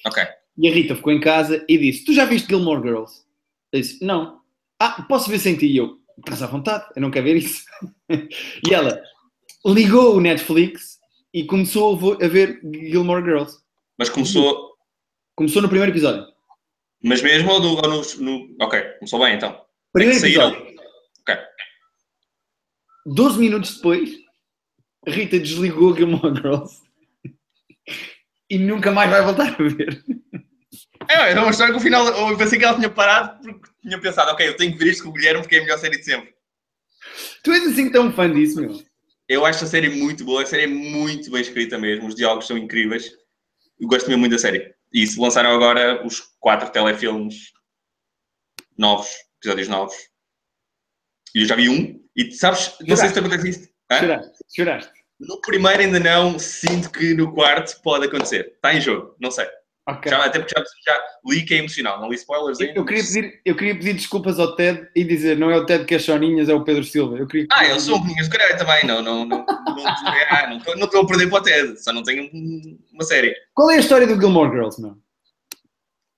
A: Ok.
B: E a Rita ficou em casa e disse: Tu já viste Gilmore Girls? Eu disse: Não. Ah, posso ver sem ti? E eu: Estás à vontade, eu não quero ver isso. [LAUGHS] e ela ligou o Netflix e começou a vo- a ver Gilmore Girls.
A: Mas começou.
B: Começou no primeiro episódio.
A: Mas mesmo ou, no, ou nos- no- Ok, começou bem então.
B: Primeiro
A: saíram.
B: episódio.
A: Ok.
B: 12 minutos depois, a Rita desligou Gilmore Girls e nunca mais vai voltar a ver.
A: É, era uma história que no final eu pensei que ela tinha parado porque tinha pensado, ok, eu tenho que ver isto com o Guilherme porque é a melhor série de sempre.
B: Tu és assim tão fã disso, meu.
A: Eu acho a série muito boa, a série é muito bem escrita mesmo, os diálogos são incríveis. Eu gosto mesmo muito da série. E se lançaram agora os quatro telefilmes novos, episódios novos. E eu já vi um, e sabes, não sei se te acontece isto. Hã?
B: Choraste, choraste.
A: No primeiro ainda não, sinto que no quarto pode acontecer. Está em jogo, não sei.
B: Ok.
A: Já, até porque já, já li que é emocional, não li spoilers
B: Eu,
A: ainda.
B: eu queria
A: mas-
B: pedir, eu queria pedir desculpas ao Ted e dizer, não é o Ted que é Choninhas, é o Pedro Silva. Eu queria
A: Ah, eu sou um do caralho também, não, não, não, não, não, ah, não, tô- não estou a perder para o TED, só não tenho um- uma série.
B: Qual é a história do Gilmore Girls, meu?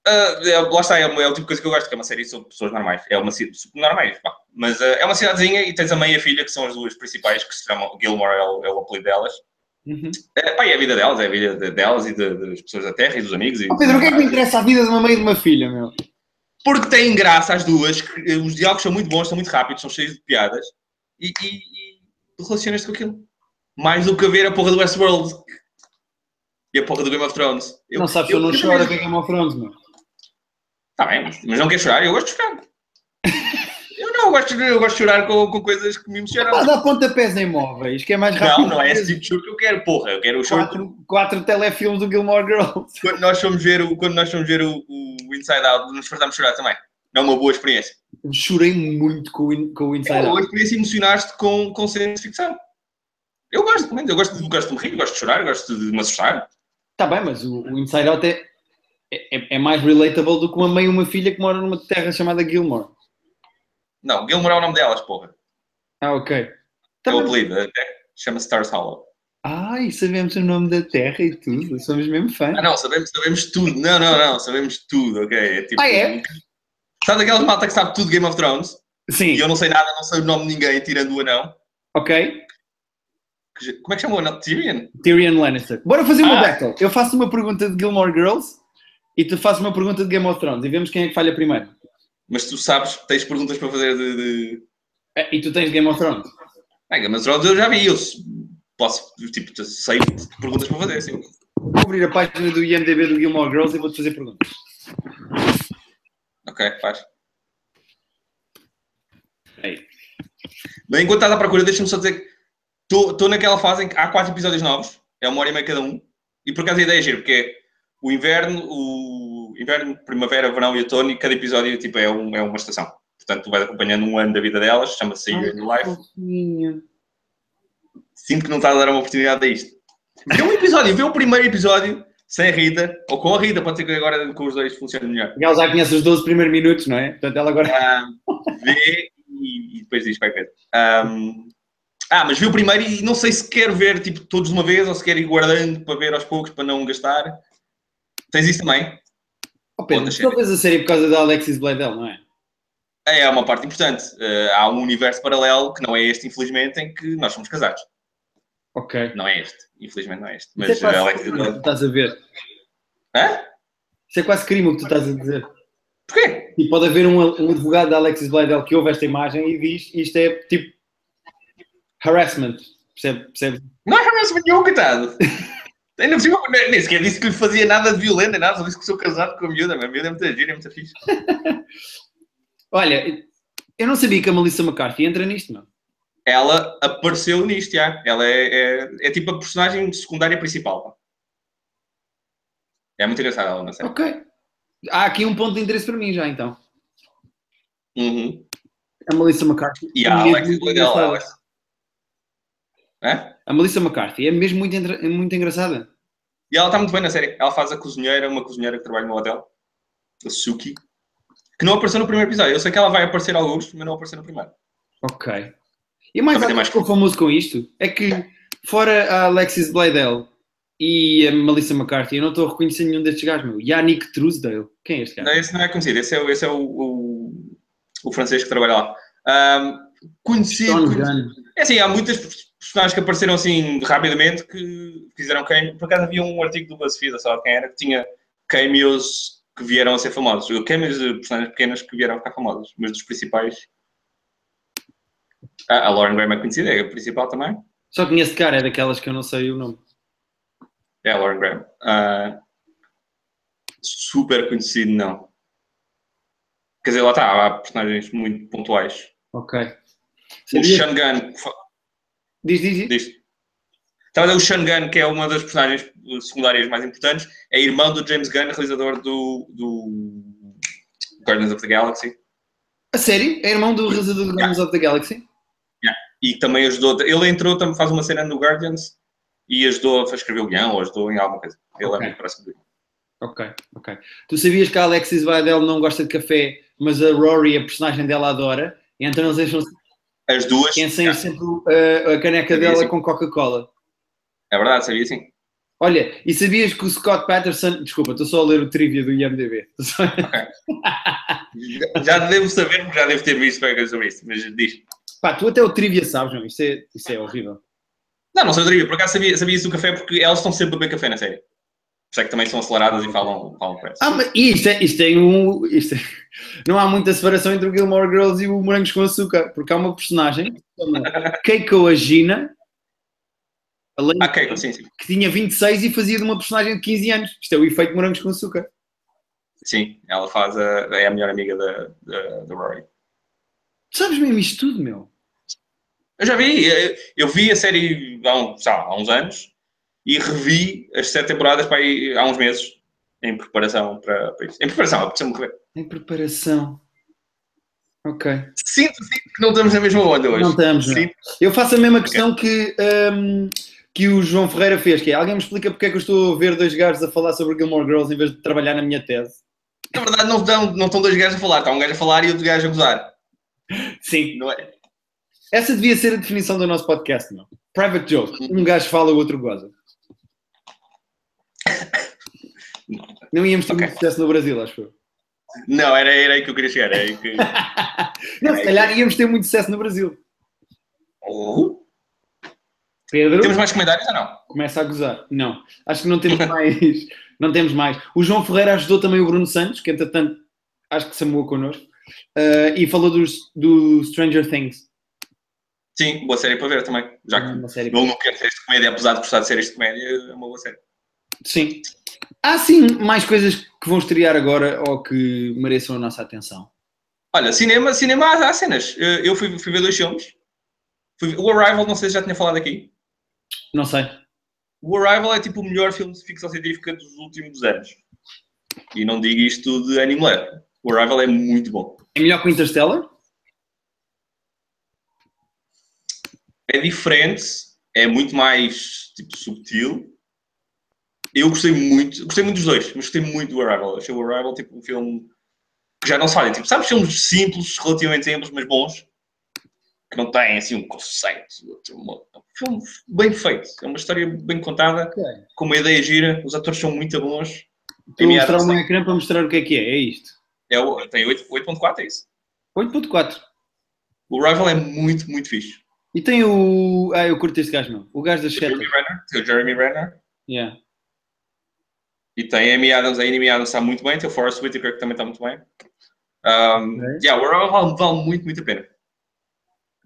A: Ah, é, lá está, é, uma- é o tipo de coisa que eu gosto, que é uma série sobre pessoas normais. É uma ci- normais, pá. Mas ah, é uma cidadezinha e tens a mãe e a filha, que são as duas principais, que se chamam Gilmore, é o, é o apelido delas.
B: Uhum.
A: É, pá, e é a vida delas, é a vida de- delas e de- das pessoas da Terra e dos amigos. E, Ah,
B: Oh, Pedro, o que é que me interessa a vida de uma mãe e de uma filha, meu?
A: Porque têm graça as duas, que, eh, os diálogos são muito bons, são muito rápidos, são cheios de piadas e, e, e relacionas-te com aquilo. Mais do que a ver a porra do Westworld e a porra do Game of Thrones.
B: não sabes se eu não choro
A: também-
B: com Game of Thrones, meu.
A: Tá bem, mas, mas não quer chorar, eu gosto de
B: [LAUGHS]
A: chorar. eu não, eu gosto, de- eu gosto de chorar com, com coisas que me
B: Ah,
A: emocionam.
B: dá pontapés em móveis, que é mais rápido.
A: Não, não é esse tipo de choro que eu quero, porra. Eu quero o choro
B: Quatro, quatro telefilmes do Gilmore Girls.
A: quando nós fomos ver o, quando nós fomos ver o, o Inside Out, nos fartámos de chorar também. É uma boa experiência.
B: Eu chorei muito com o, In- com o Inside
A: Ou
B: Out.
A: a experiência emocionaste com, com ciência ficção. Eu gosto, pelo menos, eu gosto, de- gosto de me rir, gosto de chorar, gosto de me assustar.
B: Está Tá bem, mas o, o Inside Out é, é, é mais relatable do que uma mãe e uma filha que moram numa terra chamada Gilmore.
A: Não, Gilmore é o nome delas, porra.
B: Ah, ok.
A: É o
B: Também-
A: apelido, até. Chama-se Stars Hollow.
B: Ai, sabemos o nome da terra e tudo, somos mesmo fãs.
A: Ah, não, sabemos, sabemos tudo. Não, não, não, sabemos tudo, ok? É tipo.
B: Ah, é?
A: Sabe daquelas malta que sabe tudo de Game of Thrones?
B: Sim,
A: E eu não sei nada, não sei o nome de ninguém, tirando o anão.
B: ok.
A: Que já- Como é que chama o anão? Tyrion?
B: Tyrion Lannister. Bora fazer uma
A: Ah.
B: battle. Eu faço uma pergunta de Gilmore Girls e tu fazes uma pergunta de Game of Thrones e vemos quem é que falha primeiro.
A: Mas tu sabes, tens perguntas para fazer de. de...
B: Ah, E tu tens Game of Thrones.
A: Ah, Game of Thrones eu já vi, eu se- posso, tipo, sei perguntas para fazer, sim.
B: Vou abrir a página do IMDB do Gilmore Girls e vou-te fazer perguntas.
A: Ok, faz.
B: Aí.
A: Bem, enquanto estás à procura, deixa-me só dizer que estou naquela fase em que há quatro episódios novos, é uma hora e meia cada um, e por acaso a ideia é gira, porque é o inverno, o inverno, primavera, verão e outono, e cada episódio tipo, é, um- é uma estação. Portanto, tu vais acompanhando um ano da vida delas, chama-se Your New Life. Sinto que não estás a dar uma oportunidade a isto. Vê um episódio, vê o primeiro episódio sem a Rita, ou com a Rita, pode ser que agora com os dois funcione melhor.
B: Ela já conhece os 12 primeiros minutos, não é? Portanto, ela agora.
A: Ah, vê e, e depois diz qualquer coisa. Ahm, ah, mas vi o primeiro e não sei se quero ver tipo, todos de uma vez ou se quero ir guardando para ver aos poucos para não gastar. Tens isso também?
B: Oh, Pedro,
A: Outra
B: tu só vês a série por causa da Alexis Bledel, não é?
A: É uma parte importante. Ah, há um universo paralelo que não é este, infelizmente, em que nós somos casados.
B: Ok.
A: Não é este. Infelizmente não é este.
B: Isso é
A: Mas
B: quase
A: ah,
B: crime o que tu
A: Alex.
B: estás a ver.
A: Hã?
B: Isso é quase crime o que tu estás a dizer.
A: Porquê?
B: E pode haver um, um advogado da Alexis Bledel que ouve esta imagem e diz isto é tipo harassment. Percebe? percebe?
A: Não há harassment nenhum, coitado. [LAUGHS] Ainda por cima, nem nem sequer disse que lhe fazia nada de violento, nem nada, só disse que sou casado com a miúda, mas a miúda é muito gira, é muito fixe.
B: Olha, eu não sabia que a Melissa McCarthy entra nisto, não.
A: ela apareceu nisto, já. Ela é, é, é tipo a personagem secundária principal. pá. É muito engraçada ela na série.
B: Ok. Há aqui um ponto de interesse para mim já então.
A: Uhum.
B: A Melissa McCarthy.
A: E
B: é
A: a
B: mesmo
A: Alex
B: muito
A: é dela.
B: engraçada.
A: Alex. Hã?
B: A Melissa McCarthy é mesmo muito, entra- é muito engraçada.
A: E ela está muito bem na série. Ela faz a cozinheira, uma cozinheira que trabalha no hotel, a Suki, que não apareceu no primeiro episódio. Eu sei que ela vai aparecer alguns, mas não apareceu no primeiro.
B: Ok. E
A: Também
B: mais
A: tem
B: algo que
A: mais
B: ficou famoso com isto é que, fora a Alexis Bledel e a Melissa McCarthy, eu não estou a reconhecer nenhum destes gajos, meu. Yannick Truesdale. Quem é este
A: Não,
B: gajo?
A: esse não é conhecido, esse é, o- esse é o, o, o francês que trabalha lá. Ahm, conhecido,
B: Sean
A: conhecido.
B: Gunn.
A: É assim, há muitas personagens que apareceram assim rapidamente que fizeram quem. Por acaso havia um artigo do BuzzFeed, só quem era, que tinha cameos que vieram a ser famosos. Cameos de personagens pequenas que vieram a ficar famosas, mas dos principais. Ah, a Lauren Graham é conhecida, é a principal também.
B: Só conheço de cara, é daquelas que eu não sei o nome.
A: É a Lauren Graham. Ah, super conhecido, não. Quer dizer, lá está, há personagens muito pontuais.
B: Ok.
A: O
B: Sabia?
A: Sean Gunn, que fa-
B: Diz, diz, diz.
A: disto. Estava a dizer o Sean Gunn, que é uma das personagens eh, secundárias mais importantes, é irmão do James Gunn, realizador do, do Guardians of the Galaxy,
B: A sério? É irmão do realizador do Guardians of the Galaxy?
A: e que também ajudou. Ele entrou, também faz uma cena no Guardians e ajudou a escrever o guião, ou ajudou em alguma coisa. Ele
B: Ok.
A: é muito próximo dele.
B: Ok, ok. Tu sabias que a Alexis Bledel não gosta de café, mas a Rory, a personagem dela, adora? E então eles deixam
A: As duas.
B: ensaiam sempre uh, a caneca
A: Sabia,
B: dela
A: sim.
B: com Coca-Cola.
A: É verdade, sabia sim.
B: Olha, e sabias que o Scott Patterson... Desculpa, estou só a ler o trivia do IMDB. Estou só-
A: Já- Já devo saber, porque já devo ter visto qualquer coisa sobre isso, mas diz.
B: [LAUGHS] Pá, tu até o trivia sabes, não? Isso é, isso é horrível.
A: Não, não sei, Rodrigo, por acaso sabia, sabia isso do café, porque elas estão sempre a beber café na série. Por isso é que também são aceleradas e falam, falam pressa.
B: Ah, mas e isto, é, isto tem um... Isto é- não há muita separação entre o Gilmore Girls e o Morangos com Açúcar, porque há uma personagem que se chama Keiko Agina, além
A: Ah, ok, sim, sim.
B: que tinha 26 e fazia de uma personagem de 15 anos. Isto é o efeito morangos com açúcar.
A: Sim, ela faz a, é a melhor amiga da, da, da Rory.
B: Tu sabes mesmo isto tudo, meu?
A: Eu já vi, eu, eu vi a série há, um, sei lá, há uns anos e revi as sete temporadas para aí há uns meses em preparação para, para isso. Em preparação, apeteceu-me rever.
B: Em preparação. Ok.
A: Sinto, sinto que não estamos na mesma onda hoje.
B: Não estamos, não. é?
A: Sinto-
B: Eu faço a mesma questão que, hum, que o João Ferreira fez, que é alguém me explica porque é que eu estou a ver dois gajos a falar sobre Gilmore Girls em vez de trabalhar na minha tese.
A: Na verdade, não estão, não estão dois gajos a falar, está um gajo a falar e outro gajo a gozar.
B: Sim.
A: Não é?
B: Essa devia ser a definição do nosso podcast, não? Private joke.
A: Uhum.
B: Um gajo fala, o
A: [LAUGHS]
B: outro goza. Não íamos ter muito
A: Ok.
B: sucesso no Brasil, acho eu.
A: Não, era, era aí que eu queria chegar. Era aí
B: [LAUGHS]
A: que...
B: Não, se calhar íamos ter muito sucesso no Brasil.
A: Oh.
B: Pedro?
A: Temos mais comentários ou não?
B: Começa a gozar. Não, acho que não temos mais. [LAUGHS] não temos mais. O João Ferreira ajudou também o Bruno Santos, que entretanto acho que se amou connosco, eh, e falou dos, do Stranger Things.
A: Sim, boa série para ver também. Já que
B: Uma série.
A: ele não quer séries de comédia, apesar de gostar de séries de comédia, é uma boa série.
B: Sim. Há sim mais coisas que vão estrear agora ou que mereçam a nossa atenção.
A: Olha, cinema, cinema há, há cenas. Eh, Eu fui, fui ver dois filmes. Fui ver- o Arrival, não sei se já tinha falado aqui.
B: Não sei.
A: O Arrival é tipo o melhor filme de ficção científica dos últimos anos. E não digo isto de ânimo leve. O Arrival é muito bom.
B: É melhor que o Interstellar?
A: É diferente, é muito mais tipo, subtil. Eu gostei muito, gostei muito dos dois, mas gostei muito do Arrival. Achei o Arrival tipo um filme que já não se falha. Tipo, sabes filmes simples, relativamente simples, mas bons, que não têm assim um conceito. outro modo. É um filme bem feito, é uma história bem contada,
B: Ok.
A: com uma ideia gira, os atores são muito bons.
B: Estou a
A: Amy
B: mostrar
A: Adams
B: um ecrã para mostrar o que é que é. É isto.
A: é, é o- tem oito- 8.4, é isso.
B: 8.4.
A: O Arrival é muito, muito fixe.
B: E tem o. Ah, eu curto este gajo, não. O gajo da
A: Tem o Jeremy
B: Shetland.
A: Renner, tem o Jeremy Renner.
B: Yeah.
A: E tem a Amy Adams, a Amy Adams está muito bem, tem o Forrest Whitaker que também está muito bem. Um,
B: Ok.
A: yeah, o Arrival vale, vale muito, muito a pena.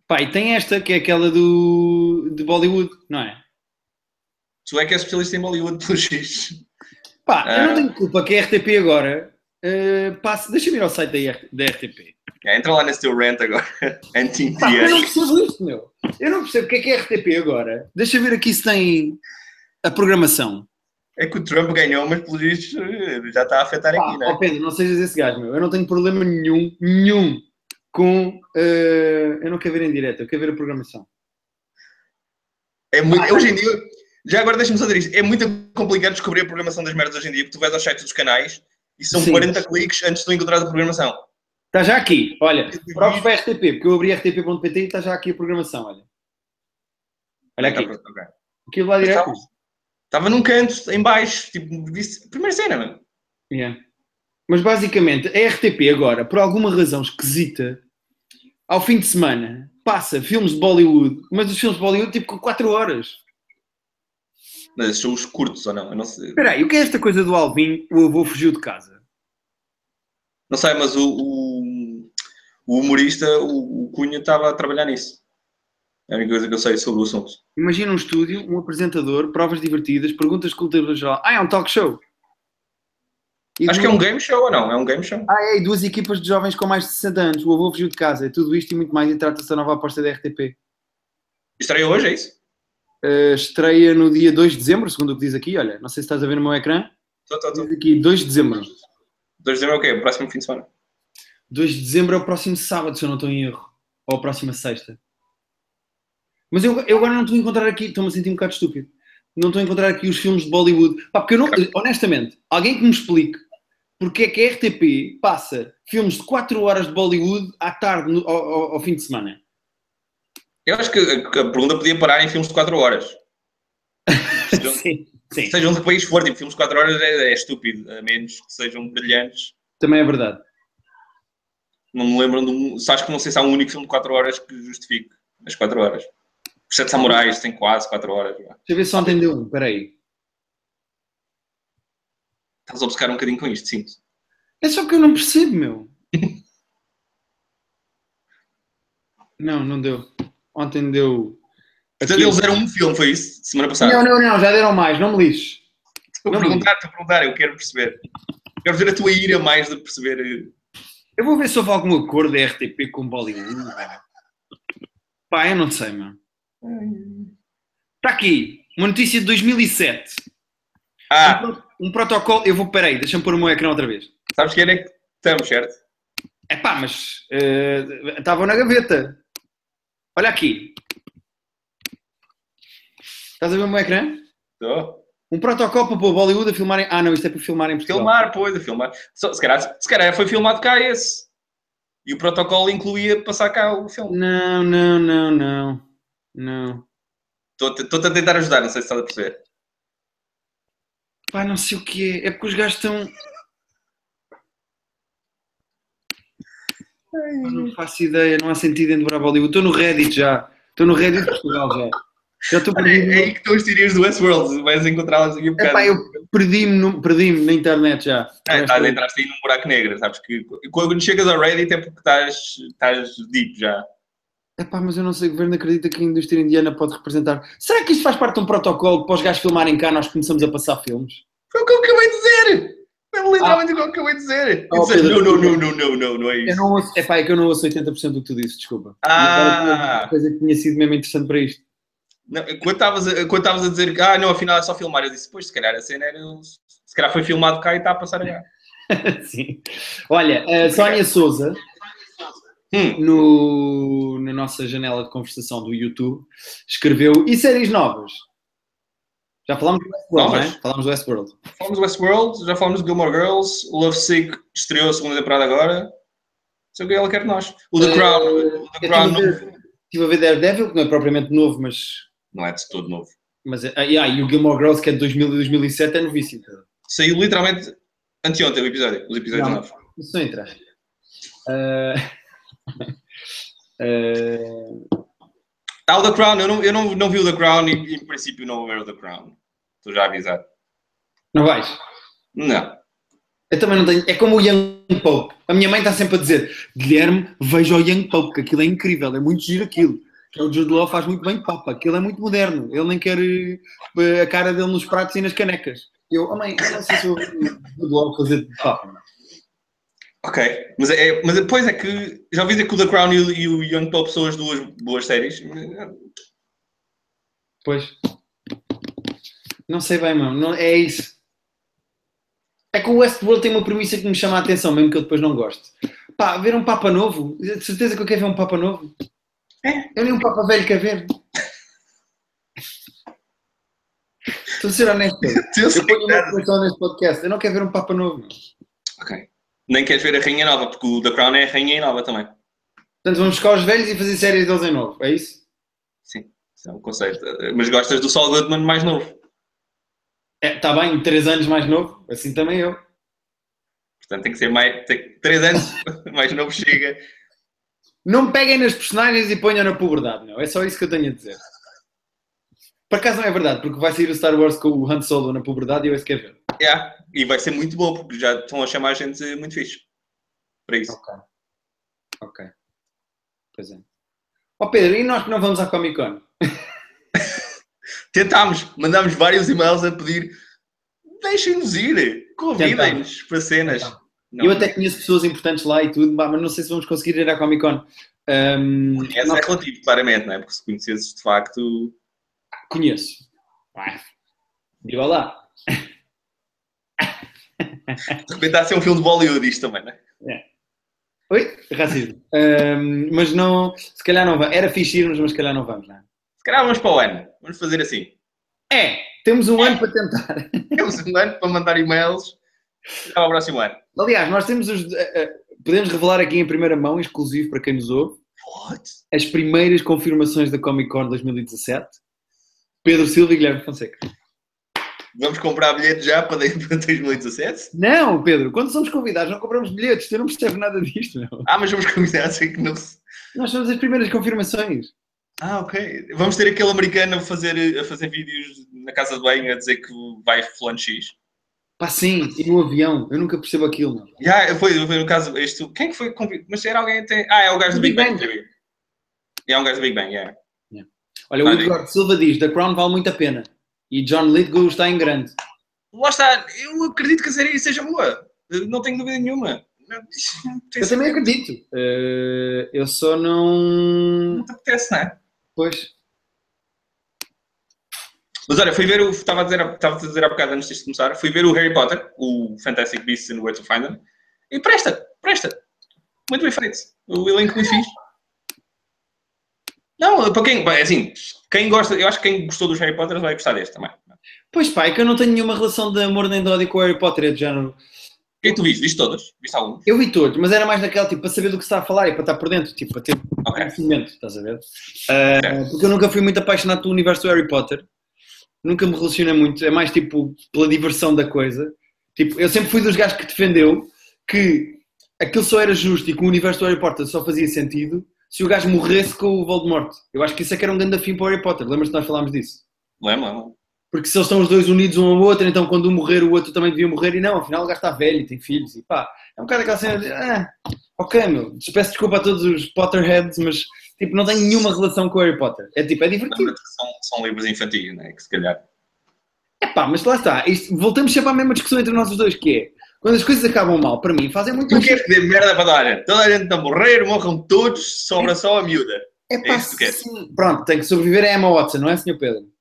B: Pá, e tem esta que é aquela do. de Bollywood, não é?
A: Tu é que és especialista em Bollywood, pelo X.
B: Pá, eu não
A: Ah.
B: tenho culpa que a RTP agora uh, passa. Deixa-me ir ao site da, IR da RTP.
A: entra lá nesse teu rant agora, [LAUGHS]
B: Pá, eu não
A: anti-indiano.
B: percebo isto, meu. Eu não percebo o que é que é a RTP agora. Deixa ver aqui se tem a programação.
A: É que o Trump ganhou, mas pelo X já está a afetar
B: Pá,
A: aqui, né? não
B: ó Pedro, não sejas esse gajo, meu. Eu não tenho problema nenhum, nenhum com. eh, eu não quero ver em direto, eu quero ver a programação.
A: é? muito, hoje em dia, já agora deixa-me só dizer isto, é muito complicado descobrir a programação das merdas hoje em dia, porque tu vais ao site dos canais e são
B: Sim.
A: 40 cliques antes de tu encontrar a programação.
B: Está Tá já aqui, olha. Provas para a RTP, porque eu abri rtp.pt e está já aqui a programação, olha. Olha aqui,
A: Tá, ok.
B: aquilo lá direto.
A: Estava num canto, em baixo, tipo, disse, primeira cena, mano.
B: Yeah. Mas basicamente, a RTP agora, por alguma razão esquisita, ao fim de semana, passa filmes de Bollywood, mas os filmes de Bollywood tipo com 4 horas.
A: Mas esses são os curtos ou não? Eu não sei.
B: Espera aí, o que é esta coisa do Alvin? O avô fugiu de casa.
A: Não sei, mas o, o, o humorista, o, o Cunha, estava a trabalhar nisso. É a única coisa que eu sei sobre o assunto.
B: Imagina um estúdio, um apresentador, provas divertidas, perguntas culturais. Ah, é um talk show. E
A: Acho que é um game show ou não? É um game show.
B: Ah, é, e duas equipas de jovens com mais de 60 anos. O avô fugiu de casa. É tudo isto e muito mais. E trata-se da nova aposta da RTP.
A: Estreia hoje, é isso?
B: Eh, estreia no dia 2 de dezembro, segundo o que diz aqui. Olha, não sei se estás a ver no meu ecrã.
A: Tô, tô, tô.
B: Diz aqui 2 de dezembro.
A: 2 de dezembro é o quê? O próximo fim de semana.
B: 2 de dezembro é o próximo sábado, se eu não estou em erro. Ou a próxima sexta. Mas eu, eu agora não estou a encontrar aqui, estou-me a sentir um bocado estúpido. não estou a encontrar aqui os filmes de Bollywood. Pá, porque eu não, honestamente, alguém que me explique porque é que a RTP passa filmes de 4 horas de Bollywood à tarde, no- ao, ao- ao fim de semana.
A: Eu acho que a que a pergunta podia parar em filmes de 4
B: [LAUGHS]
A: horas.
B: Sim, sim.
A: Seja onde o país for, tipo, filmes de 4 horas é, é estúpido, a menos que sejam brilhantes.
B: Também é verdade.
A: Não me lembro de um. Sabes que não sei se há um único filme de 4 horas que justifique as 4 horas. Os Sete Samurais tem quase 4 horas. é? vá.
B: Deixa eu ver se ontem deu um, peraí.
A: Estás a obcecar um bocadinho com isto, sim.
B: É só que eu não percebo, meu. Não, não deu. Ontem deu.
A: Portanto, eles eram um filme, foi isso? Semana passada.
B: Não, não, não, já deram mais, não me lixes.
A: Estou a
B: não.
A: perguntar, estou a perguntar, eu quero perceber. Quero ver a tua ira mais de perceber. eh,
B: Eu vou ver se houve algum acordo da RTP com Bollywood. Pá, eu não sei, mano.
A: eh,
B: Está aqui, uma notícia de 2007.
A: Ah,
B: Um pro- Um protocolo. Eu vou, peraí, deixa-me pôr o meu ecrã outra vez.
A: sabes quem é que estamos, certo?
B: É pá, mas. eh, Estavam na gaveta. Olha aqui. Estás a ver o meu ecrã?
A: Estou.
B: Um protocolo para pôr Bollywood a filmarem. Ah, não, isto é para filmarem em Portugal.
A: Filmar, pois, a filmar. Só- se, calhar, se calhar foi filmado cá esse. E o protocolo incluía passar cá o filme.
B: Não, não, não, não. Não.
A: Estou-te estou-te a tentar ajudar, não sei se estás a perceber.
B: Pá, não sei o que é. É porque os gajos estão. Pá, Não faço ideia, não há sentido em dobrar Bollywood. Estou no Reddit já. Estou no Reddit de Portugal já. Já estou
A: É, é
B: perdido.
A: aí que estão as teorias do Westworld, vais encontrá-las aqui um bocado.
B: [LAUGHS] Epá, eu perdi-me no- perdi-me na internet já.
A: Ah, estás, entraste aí num buraco negro, sabes que quando chegas ao Reddit é porque estás, estás deep já.
B: Epá, mas eu não sei, o governo acredita que a indústria indiana pode representar. Será que isto faz parte de um protocolo para os gajos filmarem cá nós começamos a passar filmes?
A: Foi o que eu acabei de dizer! É literalmente o que eu acabei de dizer!
B: Oh,
A: Eu dizer, não,
B: Pedro,
A: não, não, não, não, não, não é
B: Eu
A: isso.
B: não ouço, epá, é que eu não ouço 80% do que tu disse, desculpa.
A: Ah!
B: E agora Uma coisa que tinha sido mesmo interessante para isto.
A: Não, quando estavas a- quando estavas a dizer que, ah, não, afinal é só filmar, eu disse, pois, se calhar a cena era. Se calhar foi filmado cá e está a passar agora.
B: Sim. Olha, a Sónia Souza,
A: Hum,
B: no, na nossa janela de conversação do YouTube, escreveu e séries novas? Já falámos do Westworld,
A: Novas?
B: não é? Falámos do Westworld.
A: falamos de Westworld, já falamos de Gilmore Girls, Love Sick estreou a segunda temporada agora. Sei o que ela quer de nós. O The Crown, o The
B: Eh, Eu
A: Crown
B: tive a ver-
A: novo.
B: Estive a ver Daredevil, que não é propriamente novo, mas
A: Não é de todo novo.
B: Mas ah, yeah, e o Gilmore Girls, que é de 2000 e 2007, é novíssimo.
A: Saiu literalmente anteontem o episódio, os episódios
B: Não.
A: novos.
B: Isso não entra. [LAUGHS] Ah, ah,
A: Ah, o The Crown, eu não, eu não, não vi o The Crown e, e, em princípio não vou ver o The Crown. Estou já avisado.
B: não vais?
A: Não.
B: Eu também não tenho. É como o Young Pope. A minha mãe está sempre a dizer: Guilherme, veja o Young Pope, que aquilo é incrível, é muito giro aquilo. Que é o Jude Law faz muito bem de papa, aquilo é muito moderno. Ele nem quer eh, a cara dele nos pratos e nas canecas. Eu, oh mãe, eu não sei se eu vou Jude Law fazer de papa.
A: Ok. Mas, é, é- mas depois é que. Já ouvi dizer que o The Crown e, o- e o Young Pope são as duas boas séries.
B: Pois. Não sei bem, mano. Não, é isso. É que o Westworld tem uma premissa que me chama a atenção, mesmo que eu depois não goste. Pá, ver um Papa novo? De certeza que eu quero ver um Papa novo?
A: É.
B: Eu nem um Papa velho quero ver. Estou a ser honesto.
A: [LAUGHS] Eu sei
B: Eu ponho
A: que
B: uma
A: nada.
B: coleção neste podcast. Eu não quero ver um Papa novo. mano.
A: Ok. Nem queres ver a Rainha Nova, porque o The Crown é a Rainha Nova também.
B: Portanto, vamos buscar os velhos e fazer séries deles em novo. É isso?
A: Isso é um conceito. Mas gostas do Saul Goodman mais novo.
B: Está É, tá bem, três anos mais novo. Assim também eu.
A: Portanto, tem que ser mais. Tem, três anos [LAUGHS] mais novo chega.
B: Não peguem nas personagens e ponham na puberdade, não. É só isso que eu tenho a dizer. Por acaso não é verdade, porque vai sair o Star Wars com o Han Solo na puberdade e eu esse quero ver.
A: Yeah. E vai ser muito bom, porque já estão a chamar gente muito fixe. Para isso.
B: Ok. Ok. Pois é. Ó Pedro, e nós que não vamos à Comic Con?
A: Tentámos, mandámos vários e-mails a pedir deixem-nos ir, convidem-nos para cenas.
B: Tentámos.
A: Não, é?
B: eu até conheço pessoas importantes lá e tudo, pá, mas não sei se vamos conseguir ir à Comic Con. Ahm,
A: conhece
B: não-
A: é relativo, claramente, não é? Porque se conhecesses de facto.
B: conheço. Vai. Diga lá.
A: De repente está a ser um filme de Bollywood isto também, não é?
B: Oi? Racismo. Ahm, mas não, se calhar não vamos. Era fixe irmos, mas se calhar não vamos, não é?
A: Se calhar vamos para o ano, vamos fazer assim.
B: É! Temos um ano para tentar.
A: Temos um ano para mandar e-mails já para o próximo ano.
B: Aliás, nós temos os. eh, eh, podemos revelar aqui em primeira mão, exclusivo para quem nos ouve,
A: What?
B: as primeiras confirmações da Comic Con 2017. Pedro Silva e Guilherme Fonseca.
A: Vamos comprar bilhete já para 2017?
B: Não, Pedro, quando somos convidados não compramos bilhetes, tu não percebes nada disto, não.
A: Ah, mas vamos convidar, sei que não se...
B: Nós somos as primeiras confirmações.
A: Ah, ok. Vamos ter aquele americano a fazer, a fazer vídeos na casa de banho a dizer que vai fulano X.
B: Pá, sim, e no avião, eu nunca percebo aquilo, não.
A: Já, foi, foi no caso, este, quem é que foi convidado? Mas era alguém até... Ah, é o gajo do Big,
B: Big
A: Bang. Theory. É um gajo do Big Bang, yeah.
B: Olha, o
A: Ah,
B: Eduardo Silva diz: The Crown vale muito a pena. E John Lithgow está em grande.
A: Lá está, eu acredito que a série seja boa. Eh, Não tenho dúvida nenhuma. Não, não
B: Eu
A: apetece-
B: também acredito. Eh, eu só não.
A: não te apetece, não é?
B: Pois.
A: Mas olha, fui ver o. Estava a dizer, estava a dizer há bocado antes de começar, fui ver o Harry Potter, o Fantastic Beasts and Where to Find Them, e presta, presta. Muito bem feito. O elenco muito fixe. Não, para quem. bem, Assim, quem gosta. Eu acho que quem gostou dos Harry Potter vai gostar deste também. O
B: Pois pá, é que eu não tenho nenhuma relação de amor nem de ódio com o Harry Potter, é de género.
A: que é que tu viste? Viste todas? Viste algum?
B: Eu vi todos, mas era mais naquela, tipo, para saber do que se está a falar e para estar por dentro, tipo, para ter
A: Ok.
B: conhecimento, estás a ver? Eh, porque eu nunca fui muito apaixonado pelo universo do Harry Potter. Nunca me relacionei muito, é mais tipo pela diversão da coisa. Tipo, eu sempre fui dos gajos que defendeu que aquilo só era justo e que o universo do Harry Potter só fazia sentido se o gajo morresse com o Voldemort. Eu acho que isso é que era um grande afim para o Harry Potter, lembras-te que nós falámos disso?
A: Lembro, lembro.
B: Porque se eles estão os dois unidos um ao outro, então quando um morrer o outro também devia morrer e não, afinal o gajo está velho e tem filhos e pá. É um bocado aquela cena de, ah, ok meu, peço desculpa a todos os Potterheads, mas tipo, não tenho nenhuma relação com o Harry Potter. É tipo, é divertido.
A: Lembro-te que são, são livros infantis, né? Que se calhar.
B: É pá, mas lá está, isto- voltamos sempre à mesma discussão entre nós os dois, que é, quando as coisas acabam mal, para mim, fazem muito
A: Tu
B: mais
A: queres dizer merda Tota para toda a gente? Toda a gente está a morrer, morram todos, sobra só a miúda.
B: É pá,
A: isso que tu queres.
B: sim. Pronto, tem que sobreviver a Emma Watson, não é, Sr. Pedro?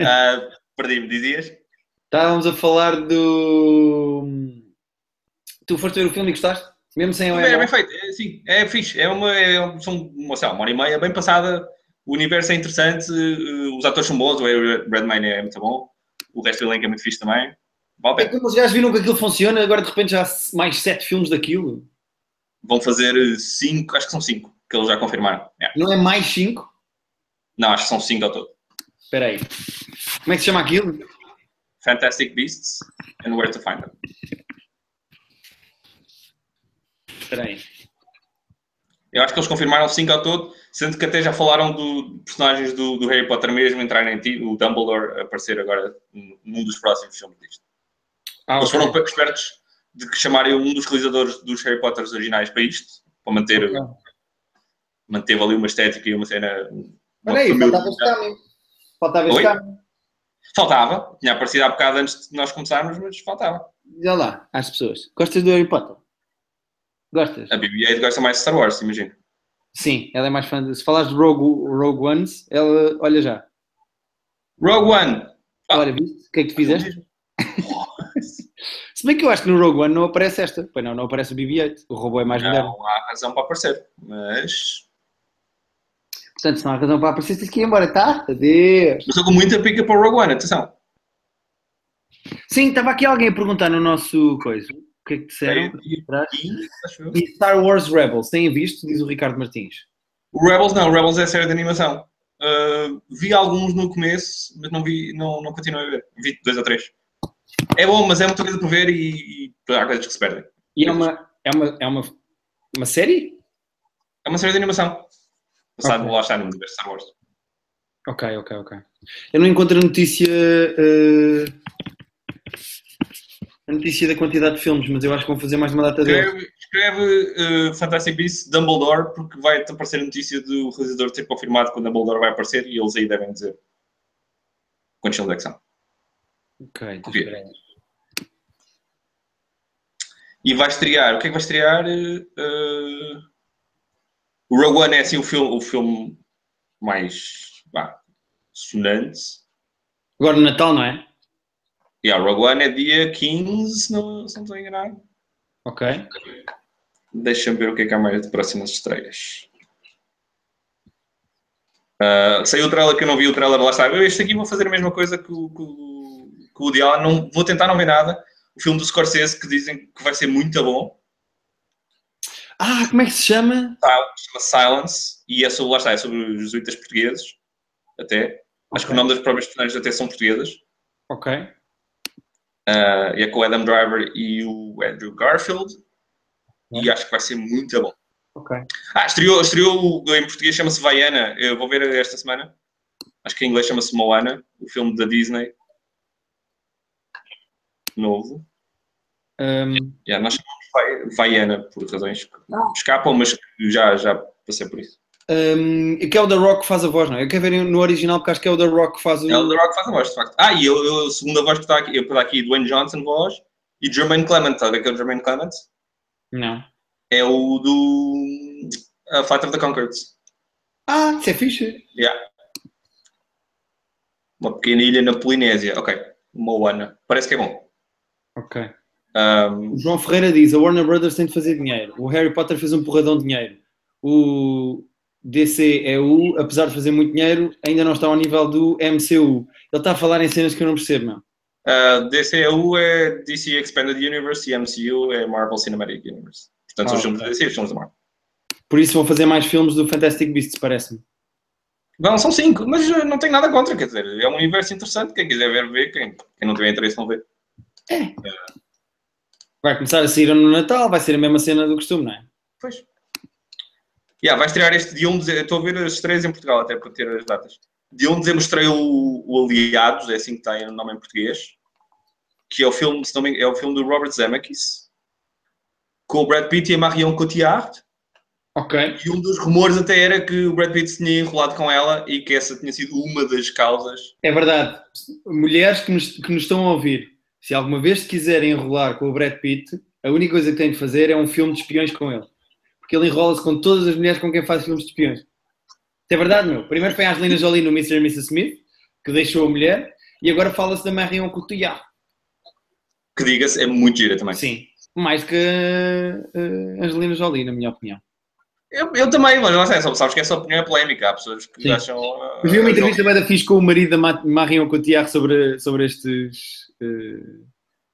A: Ah, Perdi-me, dizias?
B: Estávamos a falar do... Tu foste ver o filme e gostaste? Mesmo sem a
A: É,
B: Emma
A: bem
B: Watson?
A: feito, é, sim, é fixe. É uma, é um- são uma, sei lá, uma hora e meia bem passada. O universo é interessante, eh, os atores são bons, o Harry Redmayne é muito bom, o resto do elenco é muito fixe também. Vale a
B: É
A: pena.
B: como os gajos viram que aquilo funciona, agora de repente já há mais sete filmes daquilo.
A: Vão fazer eh, cinco, acho que são cinco, que eles já confirmaram. É.
B: Não é mais cinco?
A: Não, acho que são cinco ao todo.
B: Espera aí. Como é que se chama aquilo?
A: Fantastic Beasts and Where to Find Them.
B: Espera aí.
A: Eu acho que eles confirmaram cinco ao todo, sendo que até já falaram do- de personagens do, do Harry Potter mesmo entrarem em ti, o Dumbledore aparecer agora num num dos próximos filmes disto.
B: Ah,
A: Eles
B: ok.
A: foram espertos de que chamarem um dos realizadores dos Harry Potter originais para isto, para manter,
B: Ok.
A: manteve ali uma estética e uma cena. uma
B: Espera aí,
A: família.
B: faltava este caminho. Faltava este
A: Oi?
B: caminho.
A: Faltava, tinha aparecido há bocado antes de nós começarmos, mas faltava.
B: Já lá, às pessoas. Gostas do Harry Potter? Gostas?
A: A BB-8 gosta mais de Star Wars, imagino.
B: Sim, ela é mais fã de... Se falares de Rogue, Rogue Ones, ela... Olha já.
A: Rogue One! Ah.
B: Olha, viste? O que é que tu fizeste? Se bem que eu acho que no Rogue One não aparece esta. Pois não, não aparece o BB-8. O robô é mais moderno.
A: Não há razão para aparecer, mas.
B: Portanto, se não há razão para aparecer, tens que ir embora, tá? Adeus.
A: Mas estou com muita pica para o Rogue One, atenção.
B: Sim, estava aqui alguém a perguntar no nosso coisa. O que é que disseram?
A: E-
B: Atrás.
A: e- acho eu.
B: E Star Wars Rebels, têm visto? Diz o Ricardo Martins.
A: O Rebels não, o Rebels é a série de animação. Uh, vi alguns no começo, mas não vi, não, não continuei a ver. Vi dois ou três. É bom, mas é muita coisa por ver e, e há coisas que se perdem.
B: E é uma, é uma, é uma, uma série?
A: É uma série de animação. Passado
B: Ok.
A: lá está no universo Star Wars.
B: Ok, ok, ok. Eu não encontro a notícia. eh, a notícia da quantidade de filmes, mas eu acho que vão fazer mais uma data deles.
A: Escreve, escreve uh, Fantastic Beasts Dumbledore, porque vai aparecer a notícia do realizador ter confirmado que o Dumbledore vai aparecer e eles aí devem dizer quantos filmes é que são.
B: Ok, então
A: Copia.
B: espera aí.
A: E vai estrear. O que é que vai estrear? Eh, eh, o Rogue One é assim o filme, o filme mais vá, sonante.
B: Agora no Natal, não é?
A: E yeah, o Rogue One é dia 15, se não, se não estou enganado.
B: Ok.
A: Deixa-me ver o que é que há mais de próximas estreias. Uh, saiu o trailer que eu não vi o trailer, lá está. Eu este aqui vou fazer a mesma coisa que o, que, o- que o Woody Allen, não, vou tentar não ver nada. O filme do Scorsese que dizem que vai ser muito bom,
B: Ah, como é que se chama?
A: chama Silence, e é sobre, lá está, é sobre os jesuítas portugueses, até. Acho que o nome das próprias personagens até são portuguesas.
B: Ok.
A: Uh, e é com o Adam Driver e o Andrew Garfield. E acho que vai ser muito bom.
B: Ok.
A: Ah, estreou, estreou em português, chama-se Vaiana. Eu vou ver esta semana. Acho que em inglês chama-se Moana, o filme da Disney. Novo.
B: Hum,
A: Yeah, nós chamamos Vai- Vaiana por razões que me escapam, mas que já, já passei por isso.
B: hum, que é o The Rock que faz a voz, não é? Eu quero ver no original porque acho que é o The Rock que faz o.
A: É o The Rock que faz a voz, de facto. Ah, e eu, eu, a segunda voz que está aqui, eu está aqui Dwayne Johnson voz e Jermaine Clement, sabe aquele Jermaine Clement?
B: Não.
A: É o do uh, Flight of the Conchords.
B: Ah, isso é fixe.
A: Uma pequena ilha na Polinésia. Ok. Moana. Parece que é bom.
B: Ok.
A: Um,
B: O João Ferreira diz: a Warner Brothers tem de fazer dinheiro. O Harry Potter fez um porradão de dinheiro. O DCEU, apesar de fazer muito dinheiro, ainda não está ao nível do MCU. Ele está a falar em cenas que eu não percebo, meu.
A: Uh, DCU é DC Expanded Universe e MCU é Marvel Cinematic Universe. Portanto, são
B: Ah,
A: os filmes
B: ok.
A: da DC e os filmes da Marvel.
B: Por isso vão fazer mais filmes do Fantastic Beasts, parece-me.
A: Não, são cinco, mas uh, não tenho nada contra, quer dizer, é um universo interessante, quem quiser ver, vê, quem, quem não tiver interesse não vê.
B: Vai começar a sair no Natal, vai ser a mesma cena do costume, não é?
A: Pois. Yeah, vai estrear este dia 1 de dezembro, estou a ver as estreias em Portugal, até para ter as datas. Dia 1 de dezembro estreia o, o Aliados, é assim que tem o nome em português, que é o filme, se não me engano, é o filme do Robert Zemeckis, com o Brad Pitt e a Marion Cotillard,
B: Ok.
A: E um dos rumores até era que o Brad Pitt se tinha enrolado com ela e que essa tinha sido uma das causas.
B: É verdade. Mulheres que nos, que nos estão a ouvir, se alguma vez se quiserem enrolar com o Brad Pitt, a única coisa que têm de fazer é um filme de espiões com ele. Porque ele enrola-se com todas as mulheres com quem faz filmes de espiões. Isso é verdade, meu. Primeiro foi a Angelina Jolie no Mr. e Mrs. Smith, que deixou a mulher, e agora fala-se da Marion Cotillard.
A: Que diga-se, é muito gira também.
B: Sim. Mais que eh, Angelina Jolie, na minha opinião.
A: Eu, eu também, mas não sei, só- sabes que essa opinião é polémica. Há pessoas que
B: Sim.
A: acham. ah,
B: Eu vi uma entrevista bem da fixe com o marido da Ma- Marion Cotillard sobre, sobre estes, eh,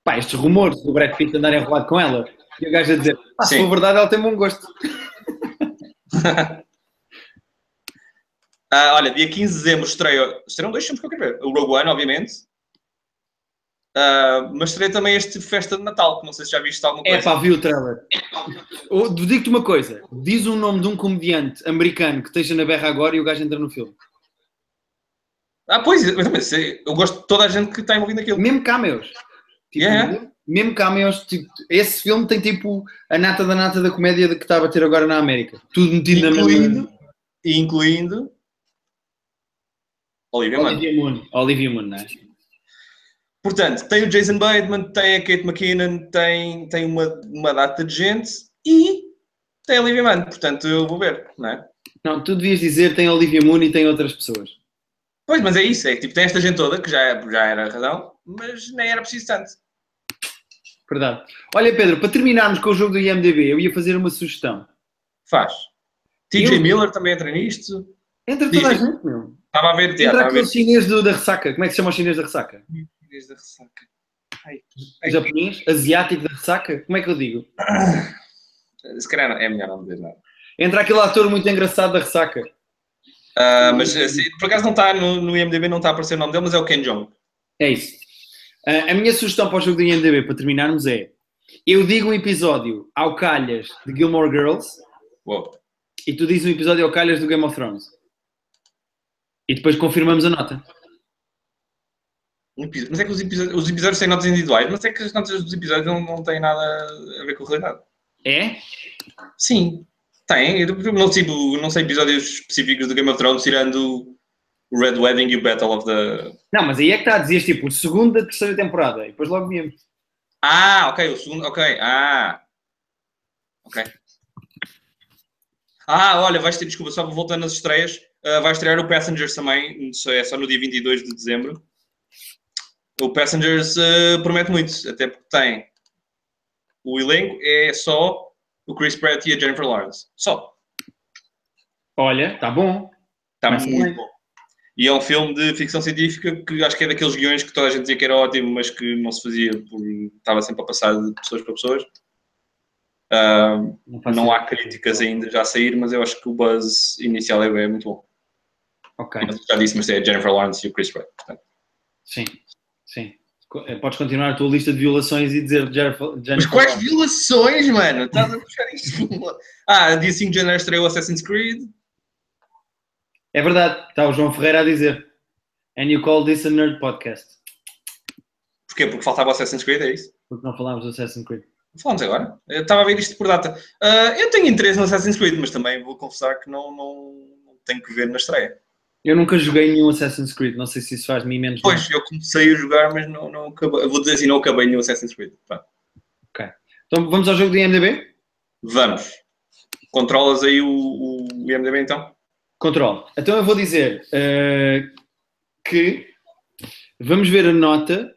B: pá, estes rumores do Brad Pitt andar enrolado com ela. E o gajo a dizer, "Ah, se
A: Sim.
B: for verdade, ela tem bom gosto.
A: Ah, olha, dia 15 de dezembro estreia. Estreiam dois filmes que eu quero ver. O Rogue One, obviamente. Ah, mas estreia também este Festa de Natal, que não sei se já viste alguma
B: É
A: coisa.
B: pá, vi o trailer. Oh, Digo-te uma coisa, diz o nome de um comediante americano que esteja na berra agora e o gajo entra no filme.
A: Ah, pois, eu, também sei. eu gosto de toda a gente que está envolvida naquilo.
B: Mesmo cameos. Tipo,
A: Yeah.
B: Mesmo cameos. Tipo, esse filme tem tipo a nata da nata da comédia que está a bater agora na América. Tudo metido na
A: Incluindo.
B: mesma...
A: Incluindo. Olivia Munn.
B: Olivia Moon. Olivia Moon, não é?
A: Portanto, tem o Jason Bateman, tem a Kate McKinnon, tem, tem uma, uma data de gente e tem a Olivia Munn. Portanto, eu vou ver, não é?
B: Não, tu devias dizer tem Olivia Moon e tem outras pessoas.
A: Pois, mas é isso. É que, tipo, tem esta gente toda, que já, é- já era razão, mas nem era preciso tanto.
B: Verdade. Olha, Pedro, para terminarmos com o jogo do IMDB, eu ia fazer uma sugestão.
A: Faz. TJ
B: Eu-
A: Miller também entra nisto.
B: Entra toda a
A: Diz.
B: gente, meu.
A: Estava a ver, já,
B: Entra
A: estava a ver.
B: aquele chinês do- da ressaca. Como é que se chama o chinês da ressaca?
A: Desde a ressaca.
B: Japonês? Asiático da ressaca? Como é que eu digo?
A: Se calhar não- é melhor não dizer nada.
B: Entra aquele ator muito engraçado da ressaca.
A: Ah, mas assim, por acaso não está no, no IMDB, não está a aparecer o nome dele, mas é o Ken Jong.
B: É isso. Ah, a minha sugestão para o jogo do IMDB, para terminarmos, é... Eu digo um episódio ao calhas de Gilmore Girls
A: Uou.
B: e tu dizes um episódio ao calhas do Game of Thrones. E depois confirmamos a nota.
A: Um episódio- Mas é que os episódios, os episódios têm notas individuais, mas é que as notas dos episódios não, não têm nada a ver com a realidade.
B: É?
A: Sim, tem. Eu não, sigo, não sei episódios específicos do Game of Thrones, tirando o Red Wedding e o Battle of the.
B: Não, mas aí é que está, dizias tipo, segunda, terceira temporada, e depois logo viemos.
A: Ah, ok, o segundo. Ok, ah. Ok. Ah, olha, vais ter, desculpa, só voltando às estreias, ah, vai estrear o Passengers também, não sei, é só no dia 22 de dezembro. O Passengers ah, promete muito, até porque tem. O elenco é só o Chris Pratt e a Jennifer Lawrence. Só.
B: Olha, está bom.
A: Está
B: Mas
A: Tá muito
B: bem.
A: bom. E é um filme de ficção científica que acho que é daqueles guiões que toda a gente dizia que era ótimo, mas que não se fazia por. estava sempre a passar de pessoas para pessoas. Ah,
B: faço
A: não há
B: ideia.
A: críticas ainda já a sair, mas eu acho que o buzz inicial é, é muito bom.
B: Ok,
A: Eu Já disse, mas é a Jennifer Lawrence e o Chris Pratt. portanto.
B: sim, sim. Co- eh, Podes continuar a tua lista de violações e dizer Jennifer.
A: Mas quais violações, mano? Estás a puxar isto? Ah, dia 5 de janeiro estreou Assassin's Creed.
B: É verdade, está o João Ferreira a dizer. And you call this a nerd podcast.
A: Porquê? Porque faltava Assassin's Creed, é isso?
B: Porque não falámos do Assassin's Creed.
A: Falamos agora. Eu estava a ver isto por data. Ah, eu tenho interesse no Assassin's Creed, mas também vou confessar que não, não, não tenho que ver na estreia.
B: Eu nunca joguei nenhum Assassin's Creed, não sei se isso faz de mim menos. nerd.
A: Pois, eu comecei a jogar, mas não, não acabei. Vou dizer assim, não acabei nenhum Assassin's Creed. Pá.
B: Então vamos ao jogo de IMDB?
A: Vamos. Controlas aí o, o IMDB então?
B: Controle. Então eu vou dizer eh, que vamos ver a nota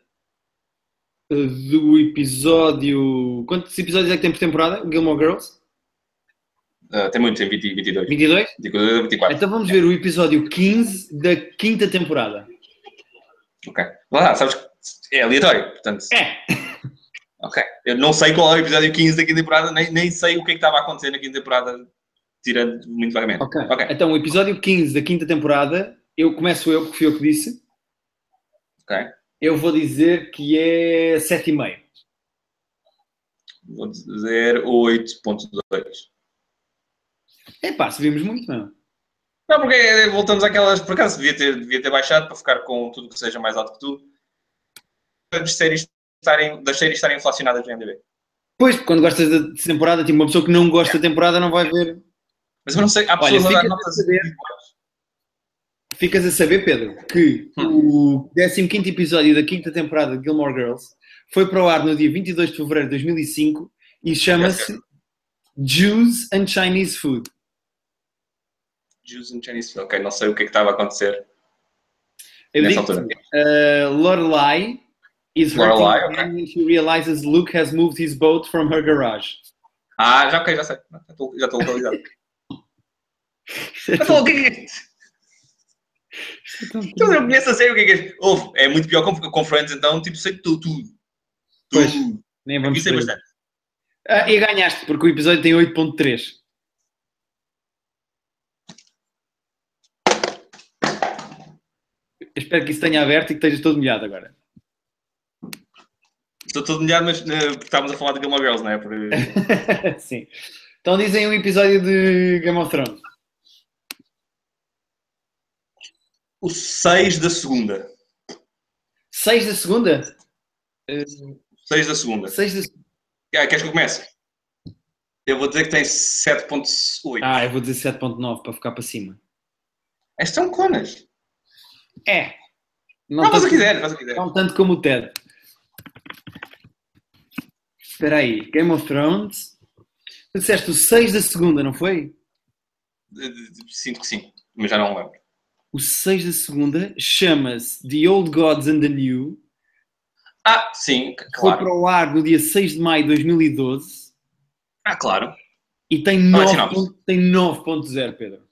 B: eh, do episódio. Quantos episódios é que tem por temporada? Gilmore Girls?
A: Ah, tem muito, tem 20, 22.
B: 22?
A: 22 a 24.
B: Então vamos ver o episódio 15 da quinta temporada.
A: Ok. Lá, está, sabes que é aleatório, portanto.
B: É!
A: Ok. Eu não sei qual é o episódio 15 da quinta temporada, nem, nem sei o que é que estava a acontecer na quinta temporada, tirando muito vagamente.
B: Ok.
A: Ok.
B: Então o episódio 15 da quinta temporada, eu começo eu, porque fui eu que disse.
A: Ok.
B: Eu vou dizer que é 7,5.
A: Vou dizer 8.2.
B: Epá, subimos muito, não.
A: Não, porque eh, voltamos àquelas. Por acaso devia ter, devia ter baixado para ficar com tudo que seja mais alto que tudo. Das séries estarem, das séries estarem inflacionadas no MDB.
B: Pois, porque quando gostas da temporada, tipo, uma pessoa que não gosta da temporada não vai ver.
A: Mas eu não sei, há
B: Olha,
A: pessoas a dar
B: fica a
A: notas.
B: saber. Ficas a saber, Pedro, que
A: Hum.
B: o 15 episódio da quinta temporada de Gilmore Girls foi para o ar no dia 22 de fevereiro de 2005 e chama-se Jews and Chinese Food.
A: Jews and Chinese Food. Ok, não sei o que é que estava a acontecer
B: Eu
A: nessa
B: digo
A: altura.
B: uh, Lorelai is hurting
A: Lorelai,
B: Lorelai, when she realizes Luke has moved his boat from
A: [LAUGHS]
B: her garage.
A: Ah, já ok, já sei. Já estou- Já estou localizado.
B: [LAUGHS]
A: Já estou- o que é que é isto?
B: Hum.
A: Então eu começo a saber o que é que é isto. Ouve, é muito pior com, com Friends, então, tipo, sei tudo. Tudo.
B: Pois,
A: Tudo.
B: Nem vamos
A: Isso é
B: por aí.
A: bastante.
B: Ah, e ganhaste, porque o episódio tem 8.3. Eu Espero que isso tenha aberto e que estejas todo molhado agora. [LAUGHS]
A: Estou todo molhado, mas eh, porque estávamos a falar de Gilmore Girls, não é? Porque-
B: Sim. Então dizem um episódio de Game of Thrones.
A: O 6 da segunda.
B: 6 da segunda?
A: 6 da segunda.
B: 6 da segunda.
A: Ah, queres que eu comece? Eu vou dizer que tem 7.8.
B: Ah, eu vou dizer 7.9 para ficar para cima.
A: Estas são conas.
B: É. Não,
A: Não, faz o que
B: tanto,
A: quiser, faz o que quiser.
B: não tanto como o Ted. Espera aí. Game of Thrones. Tu disseste o 6 da segunda, não foi?
A: Sinto que sim, mas já não me lembro.
B: O 6 da segunda chama-se The Old Gods and the New.
A: Ah, sim, c-
B: Foi
A: claro.
B: para o ar no dia 6 de maio de 2012
A: Ah, claro.
B: e tem
A: Não é
B: 9
A: sinopse.
B: pon- tem 9.0, Pedro.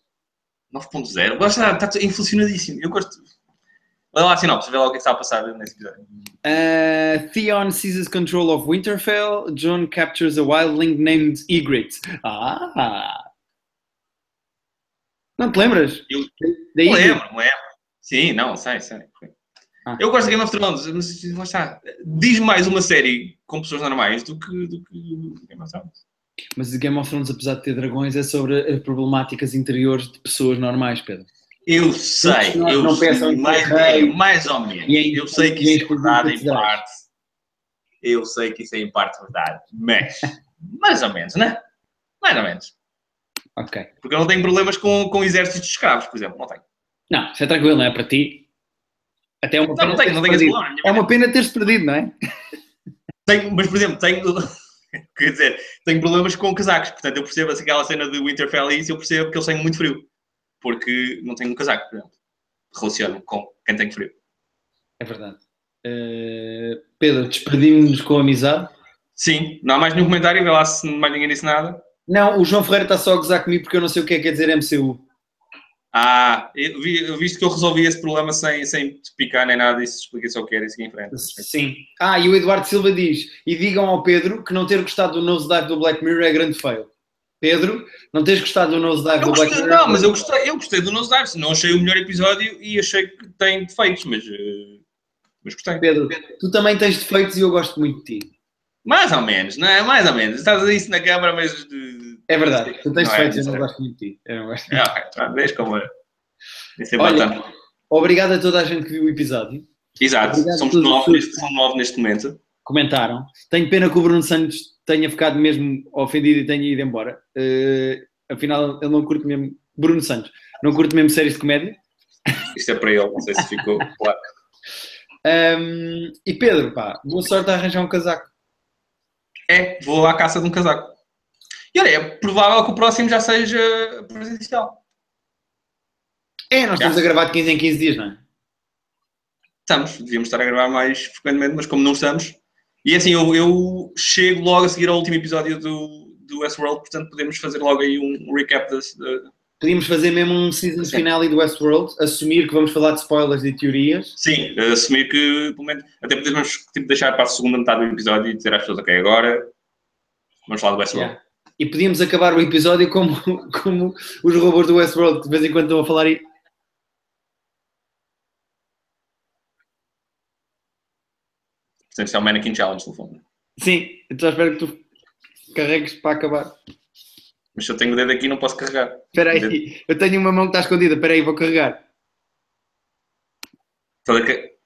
A: 9.0. Lá está, está ah, inflacionadíssimo. Eu gosto. Vai lá a sinopse, vê lá o que é que está a passar nesse episódio.
B: Uh, Theon seizes control of Winterfell. John captures a wildling named Ygritte. Ah! Não te lembras?
A: Eu- Não
B: Da Ygritte?
A: lembro, não lembro. Sim, não, sei, sei.
B: Ah.
A: Eu gosto de Game of Thrones, mas lá está. Diz mais uma série com pessoas normais do que, do que Game of Thrones.
B: Mas o Game of Thrones, apesar de ter dragões, é sobre eh, problemáticas interiores de pessoas normais, Pedro.
A: Eu sei,
B: Não,
A: eu
B: não
A: sei,
B: pensam em
A: mais,
B: correio.
A: mais ou menos.
B: E em-
A: eu sei que
B: e em
A: isso é verdade em
B: produtos rurais.
A: parte. Eu sei que isso é em parte verdade,
B: [LAUGHS]
A: mas mais ou menos, né? Mais ou menos.
B: Ok.
A: Porque eu não tenho problemas com, com exércitos de escravos, por exemplo. Não tenho.
B: Não, isso é tranquilo, não é para ti. Até é uma
A: Não,
B: pena
A: não tenho, não
B: teres
A: tenho esse
B: perdido.
A: problema.
B: É uma pena teres perdido, não é?
A: Tenho, mas, por exemplo, tenho. [LAUGHS] Quer dizer, tenho problemas com casacos. Portanto, eu percebo assim, aquela cena de Winterfell e isso, eu percebo que eles têm muito frio. Porque não tenho um casaco, por exemplo. Relaciono com quem tem frio.
B: É verdade. Eh, Pedro, despedimos-nos com amizade.
A: Sim, não há mais nenhum comentário, vê lá se mais ninguém disse nada.
B: é Não, o João Ferreira está só a gozar comigo porque eu não sei o que é que quer dizer MCU.
A: Ah, eu vi, eu visto que eu resolvi esse problema sem, sem te picar nem nada, isso explica só o que era e seguir em frente.
B: Sim. Ah, e o Eduardo Silva diz: e digam ao Pedro que não ter gostado do nose dive do Black Mirror é grande fail. Pedro, não tens gostado do nose dive
A: Eu
B: do é Black
A: gostei,
B: Mirror?
A: não, mas eu gostei, eu gostei do Nose Dives, não achei o melhor episódio e achei que tem defeitos, mas, eh, mas gostei.
B: Pedro, tu também tens defeitos e eu gosto muito de ti.
A: Mais ou menos, não é? Mais ou menos. Estás a dizer isso na câmara, mas. eh,
B: É verdade, tu tens
A: Não é,
B: defeitos e eu
A: não
B: não
A: é.
B: gosto muito de ti. Eu não gosto.
A: É, ok, tá, vês como é. Isso é
B: Olha,
A: importante.
B: Obrigado a toda a gente que viu o episódio.
A: Exato,
B: obrigado
A: somos
B: a todos
A: nove,
B: os-
A: neste, são nove neste momento.
B: comentaram. Tenho pena que o Bruno Santos tenha ficado mesmo ofendido e tenha ido embora. Eh, afinal, ele não curte mesmo. Bruno Santos, não curte mesmo séries de comédia.
A: Isto é para ele, não sei se ficou claro.
B: Ahm, e Pedro, pá, boa sorte a arranjar um casaco.
A: É, vou à caça de um casaco. E olha, é provável que o próximo já seja presencial.
B: É, nós estamos a gravar de 15 em 15 dias, não é?
A: Estamos, devíamos estar a gravar mais frequentemente, mas como não estamos. E assim, eu, eu chego logo a seguir ao último episódio do, do Westworld, portanto podemos fazer logo aí um recap desse. de-
B: Podíamos fazer mesmo um season
A: Sim.
B: finale do Westworld, assumir que vamos falar de spoilers e teorias.
A: Sim, assumir que, pelo menos, até podemos tipo, deixar para a segunda metade do episódio e dizer às pessoas, ok, agora vamos falar do Westworld.
B: Yeah. E podíamos acabar o episódio como, como os robôs do Westworld, que de vez em quando estão a falar e.
A: Portanto, isto é o Mannequin Challenge, no fundo.
B: Sim, eu só espero que tu carregues para acabar.
A: Mas se eu tenho o dedo aqui, não posso carregar.
B: Espera aí, eu tenho uma mão que está escondida, espera aí, vou carregar.
A: Estás a ca-